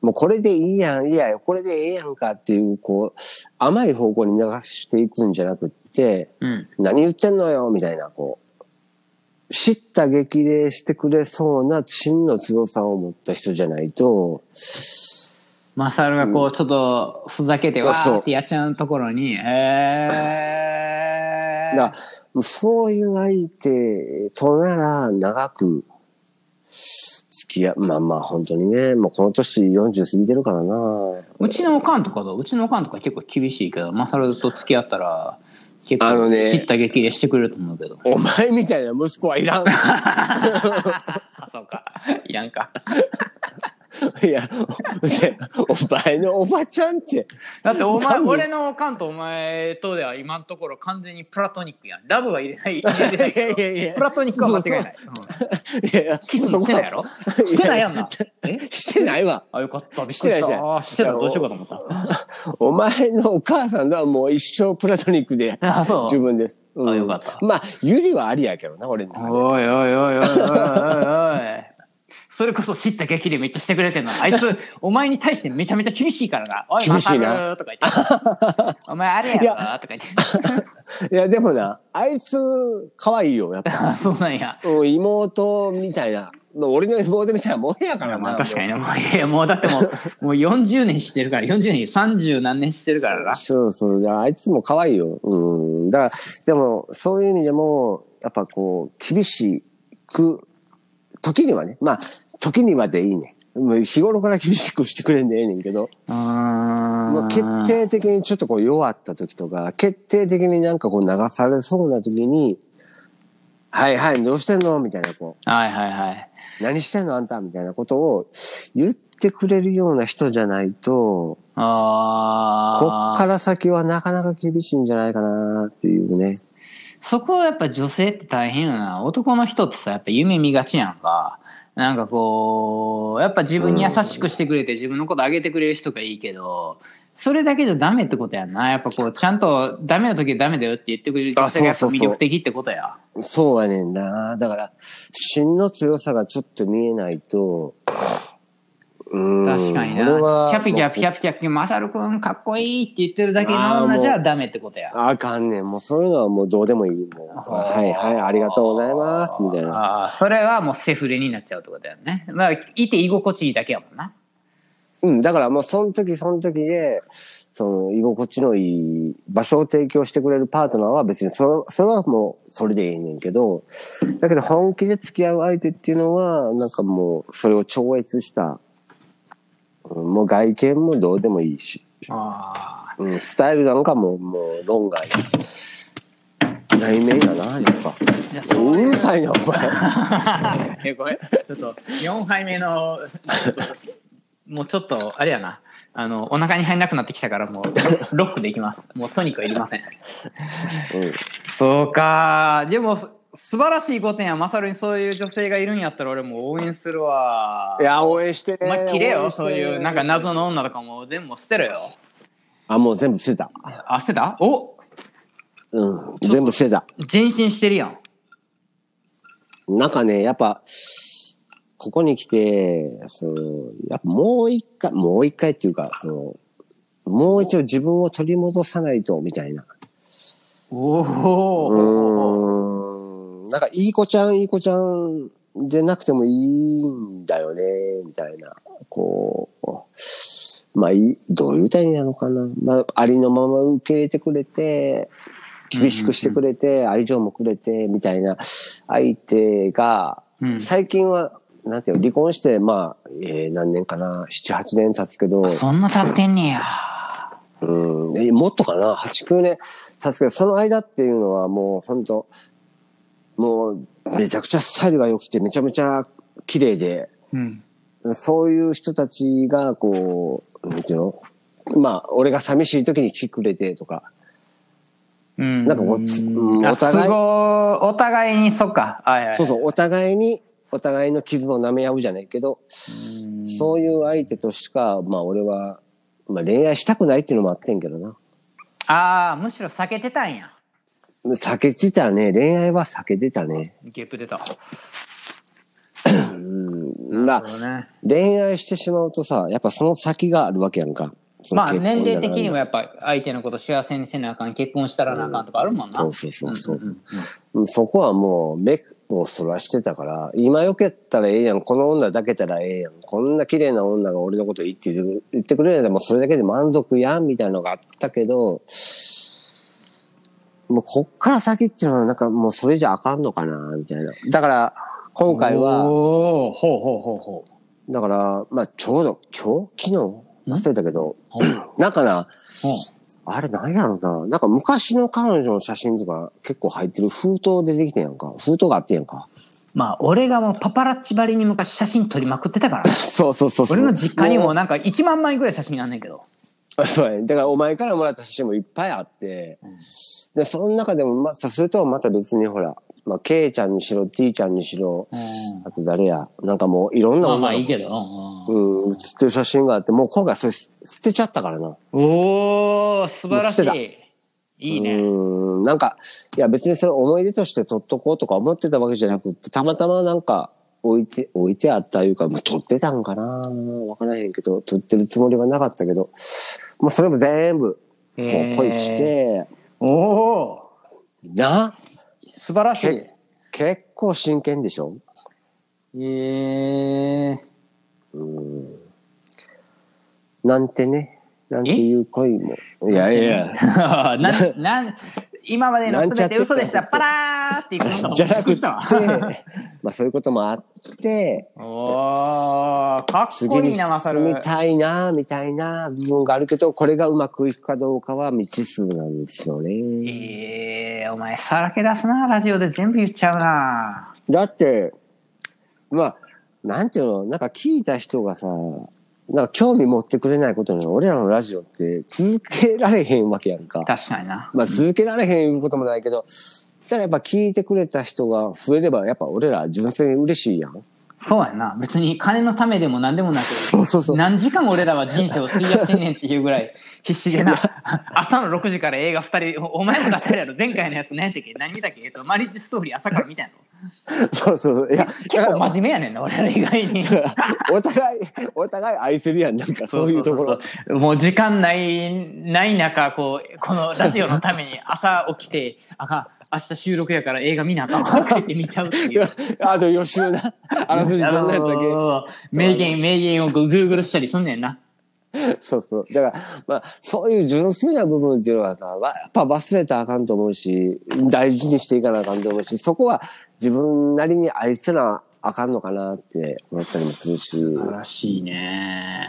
B: もうこれでいいやん、いやこれでええやんかっていう、こう、甘い方向に流していくんじゃなくって、
A: ううん
B: 何言ってんのよみたいな、こう、知った激励してくれそうな真の強さを持った人じゃないと、
A: マサルがこうちょっとふざけて
B: うん
A: わーっ
B: そ
A: てやっちゃうところにへえ
B: だからそういう相手となら長く付き合う。まあまあ本当にね、もうこの年40過ぎてるからな。
A: うちのおかんとかどううちのおかんとか結構厳しいけどマサルと付き合ったら結
B: あの
A: 構、
B: ね
A: 知った激励してくれると思うけど。
B: お前みたいな息子はいらん。
A: あ、そうか。いらんか。
B: いや、お前のおばちゃんって、
A: だってお前
B: なんで
A: 俺のおかんとお前とでは今のところ完全にプラトニックやんラブは入れない入れないけど
B: いやいやいや
A: プラトニックは間違いないうん
B: いやいや、
A: キス
B: そ
A: し
B: こ
A: てないや
B: は
A: ろしてないやん なえ
B: してないわ。
A: あよかったびっ
B: し
A: く
B: てな
A: り
B: い
A: し
B: して
A: た
B: ない
A: あーしてたらどうしようかと思った
B: お前のお母さんとはもう一生プラトニックで
A: あそう
B: 十分です。うん
A: あよかった
B: まあ、ゆりはありやけどな、俺に。
A: おいおいおいおいおいおいおいそれこそ知った激励めっちゃしてくれ てんのあいつお前に対してめちゃめちゃ厳しいからな「おい
B: 厳しいな
A: マサルとか言って「お前あれやろ」とか言って
B: いや、でもな、あいつ、可愛いよ、 やっぱ。
A: あそうなんや
B: うん、妹みたいな。まあ俺の妹みたいなもんやから
A: ま
B: な。
A: あ確かにね、
B: も
A: もう、いやもうだって もう、もう40年してるから、40年、30何年してるからな
B: う。そうそう。いやあいつも可愛いよ。うん。だから、でも、そういう意味でも、やっぱこう、厳しく、時にはね、まあ、時にはでいいね。もう日頃から厳しくしてくれんでええねんけど。まあ、
A: う
B: 決定的にちょっとこう弱った時とか、決定的になんかこう流されそうな時に、はいはい、どうしてんのみたいな、こ
A: はいはいはい。
B: う、何してんのあんたみたいなことを言ってくれるような人じゃないと、
A: あ
B: こ
A: あ。
B: っから先はなかなか厳しいんじゃないかなっていうね。
A: そこはやっぱ女性って大変よな。男の人ってさ、やっぱ夢見がちやんか。なんかこう、やっぱ自分に優しくしてくれて、自分のことあげてくれる人がいいけど、それだけじゃダメってことやんな。やっぱこう、ちゃんとダメな時はダメだよって言ってくれる女性がやっぱ魅力的ってことや。
B: そうやねんな。だから、芯の強さがちょっと見えないと、うん
A: 確かにな。
B: それは
A: キャピキャピキャピキャピ、マサルくんかっこいいって言ってるだけの女じゃダメってことや。
B: あかんねん。もうそういうのはもうどうでもいいんだよ。はいはい、ありがとうございます。みたいな。
A: ああ、それはもうセフレになっちゃうってことやね。まあ、いて居心地いいだけやもんな。
B: うん、だからもうその時その時で、その居心地のいい場所を提供してくれるパートナーは別にそ、それはもうそれでいいねんけど、だけど本気で付き合う相手っていうのは、なんかもうそれを超越した、うんもう外見もどうでもいいし、
A: あ
B: うん、スタイルなんかももう論外。内面だな、やっぱ。
A: あ。じゃあそうう
B: るさいな、お前。
A: えごめんちょっと4杯目のちょっともうちょっとあれやなあのお腹に入んなくなってきたからもうロックでいきますもうトニックはいりません
B: うん
A: そうかでもす素晴らしい御殿やマサルにそういう女性がいるんやったら俺も応援するわ
B: いや、応援して。
A: お前切れ
B: 応
A: よ
B: 援して
A: そういうなんか。謎の女とかも全部捨てろよ
B: あ、もう全部捨てた。
A: あ捨てたお
B: うん。全部捨てた。
A: 前進してるやん
B: なんかね、やっぱ、ここに来て、その、やっぱもう一回、もう一回っていうか、その、もう一度自分を取り戻さないと、みたいな。
A: お
B: う
A: お
B: ーん。なんか、いい子ちゃん、いい子ちゃんでなくてもいいんだよね、みたいな。こう、まあ、いいどういう歌になのかな。まあ、ありのまま受け入れてくれて、厳しくしてくれて、愛情もくれて、みたいな相手が、
A: うん
B: 最近は、なんていうの離婚して、まあ、えー何年かな、7、8年経つけど、
A: そんな経ってんねや
B: うん、えもっとかな、8、9年経つけど、その間っていうのはもう本当もうめちゃくちゃスタイルが良くて、めちゃめちゃ綺麗で、
A: うん
B: そういう人たちがこう、なんていうのまあ、俺が寂しい時に来てくれてとか、
A: うん
B: なんかこうつうん
A: あ
B: お互
A: 都
B: い
A: 合お互いに、そっか。はいはい、
B: そうそう、お互いに、お互いの傷を舐め合うじゃないけど、
A: うん
B: そういう相手としか、まあ俺は、まあ恋愛したくないっていうのもあってんけどな。
A: ああ、むしろ避けてたんや。
B: 避けてたね。恋愛は避けてたね。
A: ゲップ出た。
B: うん。ま
A: な
B: あ
A: る、ほどね
B: 恋愛してしまうとさ、やっぱその先があるわけやんか。その
A: まあ、
B: 結婚
A: 年齢的に
B: だ
A: は
B: か
A: やっぱ相手のこと幸せにせなあかん、結婚したらなあかんとかあるもん
B: ら。
A: な。
B: そうそうそうそう、
A: んんん
B: うんそこはもう目をそらしてたから、今よけたらええやん、この女だけたらええやん、こんな綺麗な女が俺のこと言ってく言ってくれるでもうそれだけで満足やんみたいなのがあったけど、もうこっから先っていうのはなんかもうそれじゃあかんのかな、みたいな。だから、今回は、
A: おーほうほうほうほう。
B: だから、まあ、ちょうど今日昨日忘れたけど、
A: ほう
B: なんかな、
A: ほう
B: あれなんやろな。なんか昔の彼女の写真とか結構入ってる封筒出てきてんやんか。封筒があってんやんか。
A: まあ、俺がもうパパラッチばりに昔写真撮りまくってた からね。
B: そうそうそうそう。
A: 俺の実家にも
B: う
A: なんか1万枚ぐらい写真あんねんけど。
B: そうやね。だからお前からもらった写真もいっぱいあって。で、その中でも、まあ、さするとまた別にほら、まあ、ケイちゃんにしろ、T ちゃんにしろ、あと誰や、なんかもういろんな
A: まあ
B: 女の子
A: まあいいけど。うんうん
B: うん、写ってる写真があって、もう今回それ捨てちゃったからな。
A: おー、素晴らし
B: もう捨
A: い。いいね。
B: うん、なんか、いや別にそれ思い出として撮っとこうとか思ってたわけじゃなくて、たまたまなんか置いて、置いてあったいうか、もう撮ってたんかなわからへんけど、撮ってるつもりはなかったけど、もうそれも全部、こ
A: へー
B: う、ポイして、
A: おー、
B: な
A: 素晴らしい。
B: け結構真剣でしょ
A: えー、
B: うん。なんてね、なんていう恋も。いやいや。
A: な なん今までの
B: なんち
A: 全
B: ゃって
A: て嘘でした。パラーっていくの
B: じ ゃなくて、
A: わ
B: まあそういうこともあって、
A: おー、かっ
B: 次
A: こい
B: に
A: いな、マサ
B: 進
A: ル
B: み。たいな、みたいな部分があるけど、これがうまくいくかどうかは未知数なんですよね。
A: えー、お前、さらけ出すな、ラジオで全部言っちゃうな。
B: だって、まあ、なんていうの、なんか聞いた人がさ、なんか興味持ってくれないことに、俺らのラジオって続けられへんわけやんか。
A: 確かにな。
B: まあ続けられへんいうこともないけど、ただやっぱ聞いてくれた人が増えれば、やっぱ俺ら純粋に嬉しいやん。
A: そうやな。別に金のためでも何でもなく、
B: そうそうそう。
A: 何時間俺らは人生を費やしてんねんっていうぐらい必死で な。朝の6時から映画2人、おお前もだってるやろ、前回のやつ何やったっけ何見たっけえっと、マリッジストーリー朝から見 たやろ。
B: そうそうそう。いや、だ
A: 結
B: から
A: 構真面目やねんな、俺ら意外に。
B: お互い、お互い愛するやん、なんかそういうところ
A: そ。うそうもう時間ないない中こうこのラジオのため に朝起きてあかん明日収録やから映画見なあかん わって見ちゃうって
B: い
A: いう
B: や あと予 習な。あらすじどんな
A: あ
B: やつだ
A: のー名言名言をこう Google したりすんねんな
B: け。そうそう。だから、まあ、そういう純粋な部分っていうのはさ、わやっぱ忘れたらあかんと思うし、大事にしていかなあかんと思うし、そこは自分なりに愛せなあかんのかなって思ったりもするし、
A: 素晴らしいね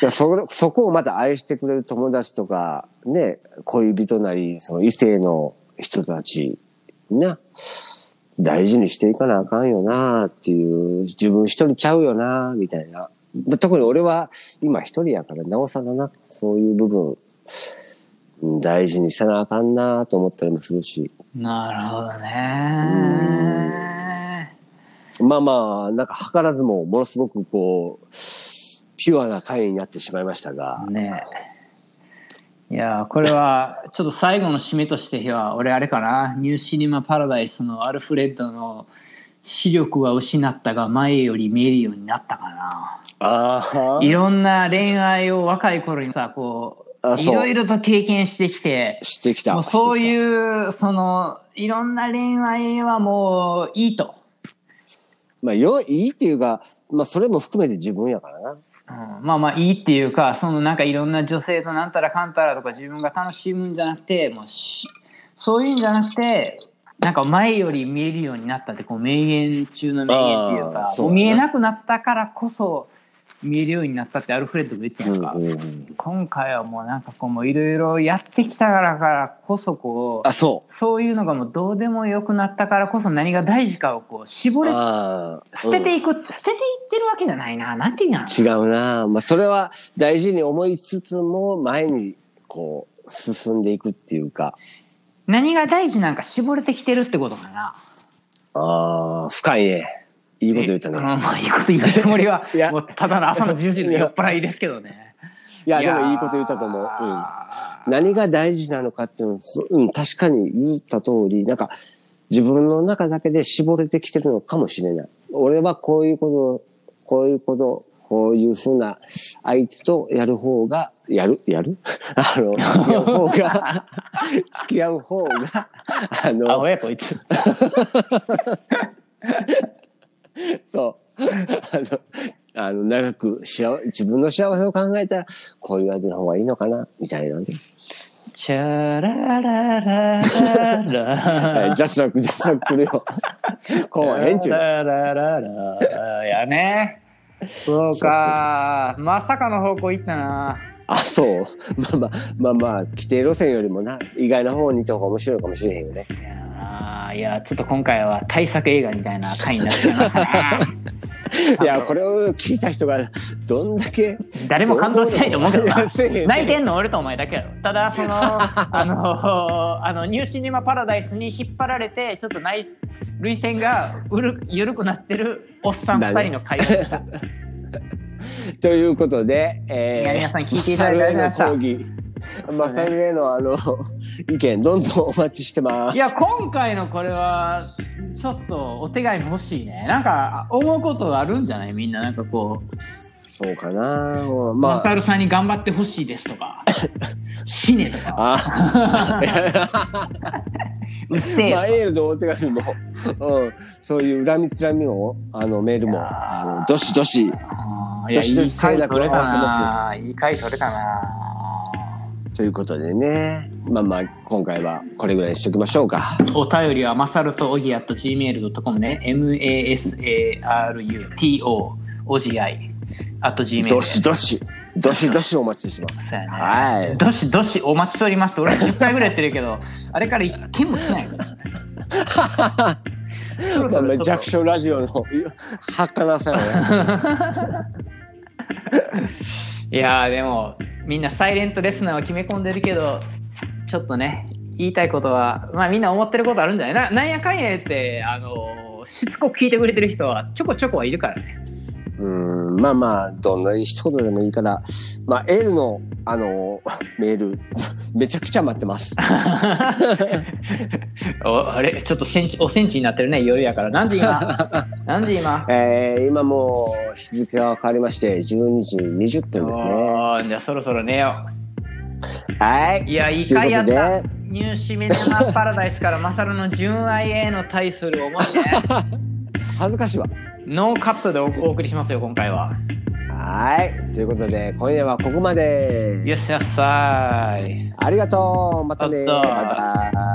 B: いやそこそこをまた愛してくれる友達とか、ね、恋人なり、その異性の人たち、な、大事にしていかなあかんよなっていう、自分一人ちゃうよなみたいな。ま特に俺は今一人やから、なおさらな、そういう部分、うん大事にせなあかんなと思ったりもするし。
A: なるほどね
B: まあまあ、なんか図らずも、ものすごくこう、ピュアな回になってしまいましたが、
A: ねえいやーこれはちょっと最後の締めとしては俺あれかな「ニューシネマ・パラダイス」のアルフレッドの「視力は失ったが前より見えるようになった」かな
B: ああ
A: いろんな恋愛を若い頃にさこ
B: あ
A: う
B: そう
A: いろいろと経験してきて
B: してきた。
A: もうそう
B: う
A: いうそのいろんな恋愛はもういいと、
B: まあ、よ、いいっていうか、まあ、それも含めて自分やからな。
A: うん、まあまあいいっていうかそのなんかいろんな女性となんたらかんたらとか自分が楽しむんじゃなくてもうしそういうんじゃなくてなんか前より見えるようになったってこう名言中の名言っていう
B: あ
A: か
B: ーそう
A: もう
B: だね
A: 見えなくなったからこそ見えるようになったってアルフレッドが言ってたやんか、
B: うんうん
A: 今回はもうなんかこういろいろやってきたからからこそこう
B: あ、そう。
A: そういうのがもうどうでもよくなったからこそ何が大事かをこう絞れ
B: ああ
A: 捨てて
B: うん
A: いく、捨てていってるわけじゃないななんていうんやろ
B: 違うな。まあ、それは大事に思いつつも、前に、こう、進んでいくっていうか、
A: 何が大事なんか絞れてきてるってことかな。
B: ああ、深いね。いいこと言った
A: うん
B: ね。
A: まあいいこと言うつもりは
B: い、や
A: もうただの朝の10時の 酔っ払いですけどね。
B: い
A: い
B: や、でもいいこと言ったと思う。うん。何が大事なのかっていうのは、うん、確かに言った通り、なんか、自分の中だけで絞れてきてるのかもしれない。俺はこういうこと、こういうこと、こういうふうな相手とやる方が、やるやる あの、付き合う方が、付き合う方が、あ
A: あ、
B: の、
A: 親こいつ。
B: そう、あの、あの長く幸せ自分の幸せを考えたら、こういう相手の方がいいのかな、みたいなね。
A: チャララララ
B: は
A: ラ
B: いジャスラック、ジャスラック来るよ。こう、変中。
A: ラララララやね。そうか。まさかの方向行ったな。
B: あ、そう。 まあまあ、まあまあ、規定路線よりもな、意外な方に行った方が面白いかもしれへんよね。
A: あーいや、ちょっと今回は対策映画みたいな回になっちゃいましたな。
B: いや、これを聞いた人が、どんだけ。
A: 誰も感動しないと思うけどな。泣い
B: て
A: てんの俺とお前だけやろただその あのあのニューシネマパラダイスに引っ張られてちょっと内涙腺がうる緩くなってるおっさん2人の会話で した、
B: ということで、
A: いや
B: え
A: 皆さん聞いていただいてありがとうございまし
B: ー、マサルへのあの、 意見、どんどんお待ちしてま
A: たい
B: す。
A: や今回のこれはちょっとお手紙欲しいねなんか思うことあるんじゃないみんななんかこう、
B: そうかな。
A: ま
B: ま
A: マサ
B: あ、
A: ルさんに頑張ってほしいですと か死ねとか
B: あ、
A: うっせえ
B: ま
A: よ
B: あ、エールのお手紙も、うん、そういう恨みつらみも、あの、メールも、あのどしどし、
A: あーい
B: どしどし
A: い回取れた
B: 快楽を合
A: ないい回取れたな
B: ということでね。まあまあ、今回はこれぐらいにしときましょうか。
A: お便りはマサルとオギアット gmail.com ね masaruto オギアイあと gmail
B: どしどし、どしどしお待ちしてます。
A: そうやね
B: はい
A: どしどしお待ちしております俺10回ぐらいやってるけど あれから1件も来て ないからそろそろちょっと
B: 弱小ラジオの儚さよね。
A: いやーでもみんなサイレントレスナーは決め込んでるけどちょっとね言いたいことはまあみんな思ってることあるんじゃないななんやかんや言ってあのーしつこく聞いてくれてる人はちょこちょこはいるからね
B: うん、まあまあ、どんな一言でもいいから、まあ、エールの、あの、メール、めちゃくちゃ待ってます。
A: おあれちょっとセンチおセンチになってるね夜やから何時 今何時今
B: えー、今もう日付が変わりまして、12時20分ですね。
A: おーじゃあそろそろ寝よ
B: はい。
A: ういやいい回やっ
B: という
A: た
B: こと
A: ニューシメナマパラダイスからマサルの純愛への対する思いね
B: 恥ずかしいわ。
A: ノーカットでおお送りしますよ今回は。
B: はい。ということで、今夜はここまで。
A: よっしゃっさーい。
B: ありがとう。またね。
A: あった
B: バイバイ。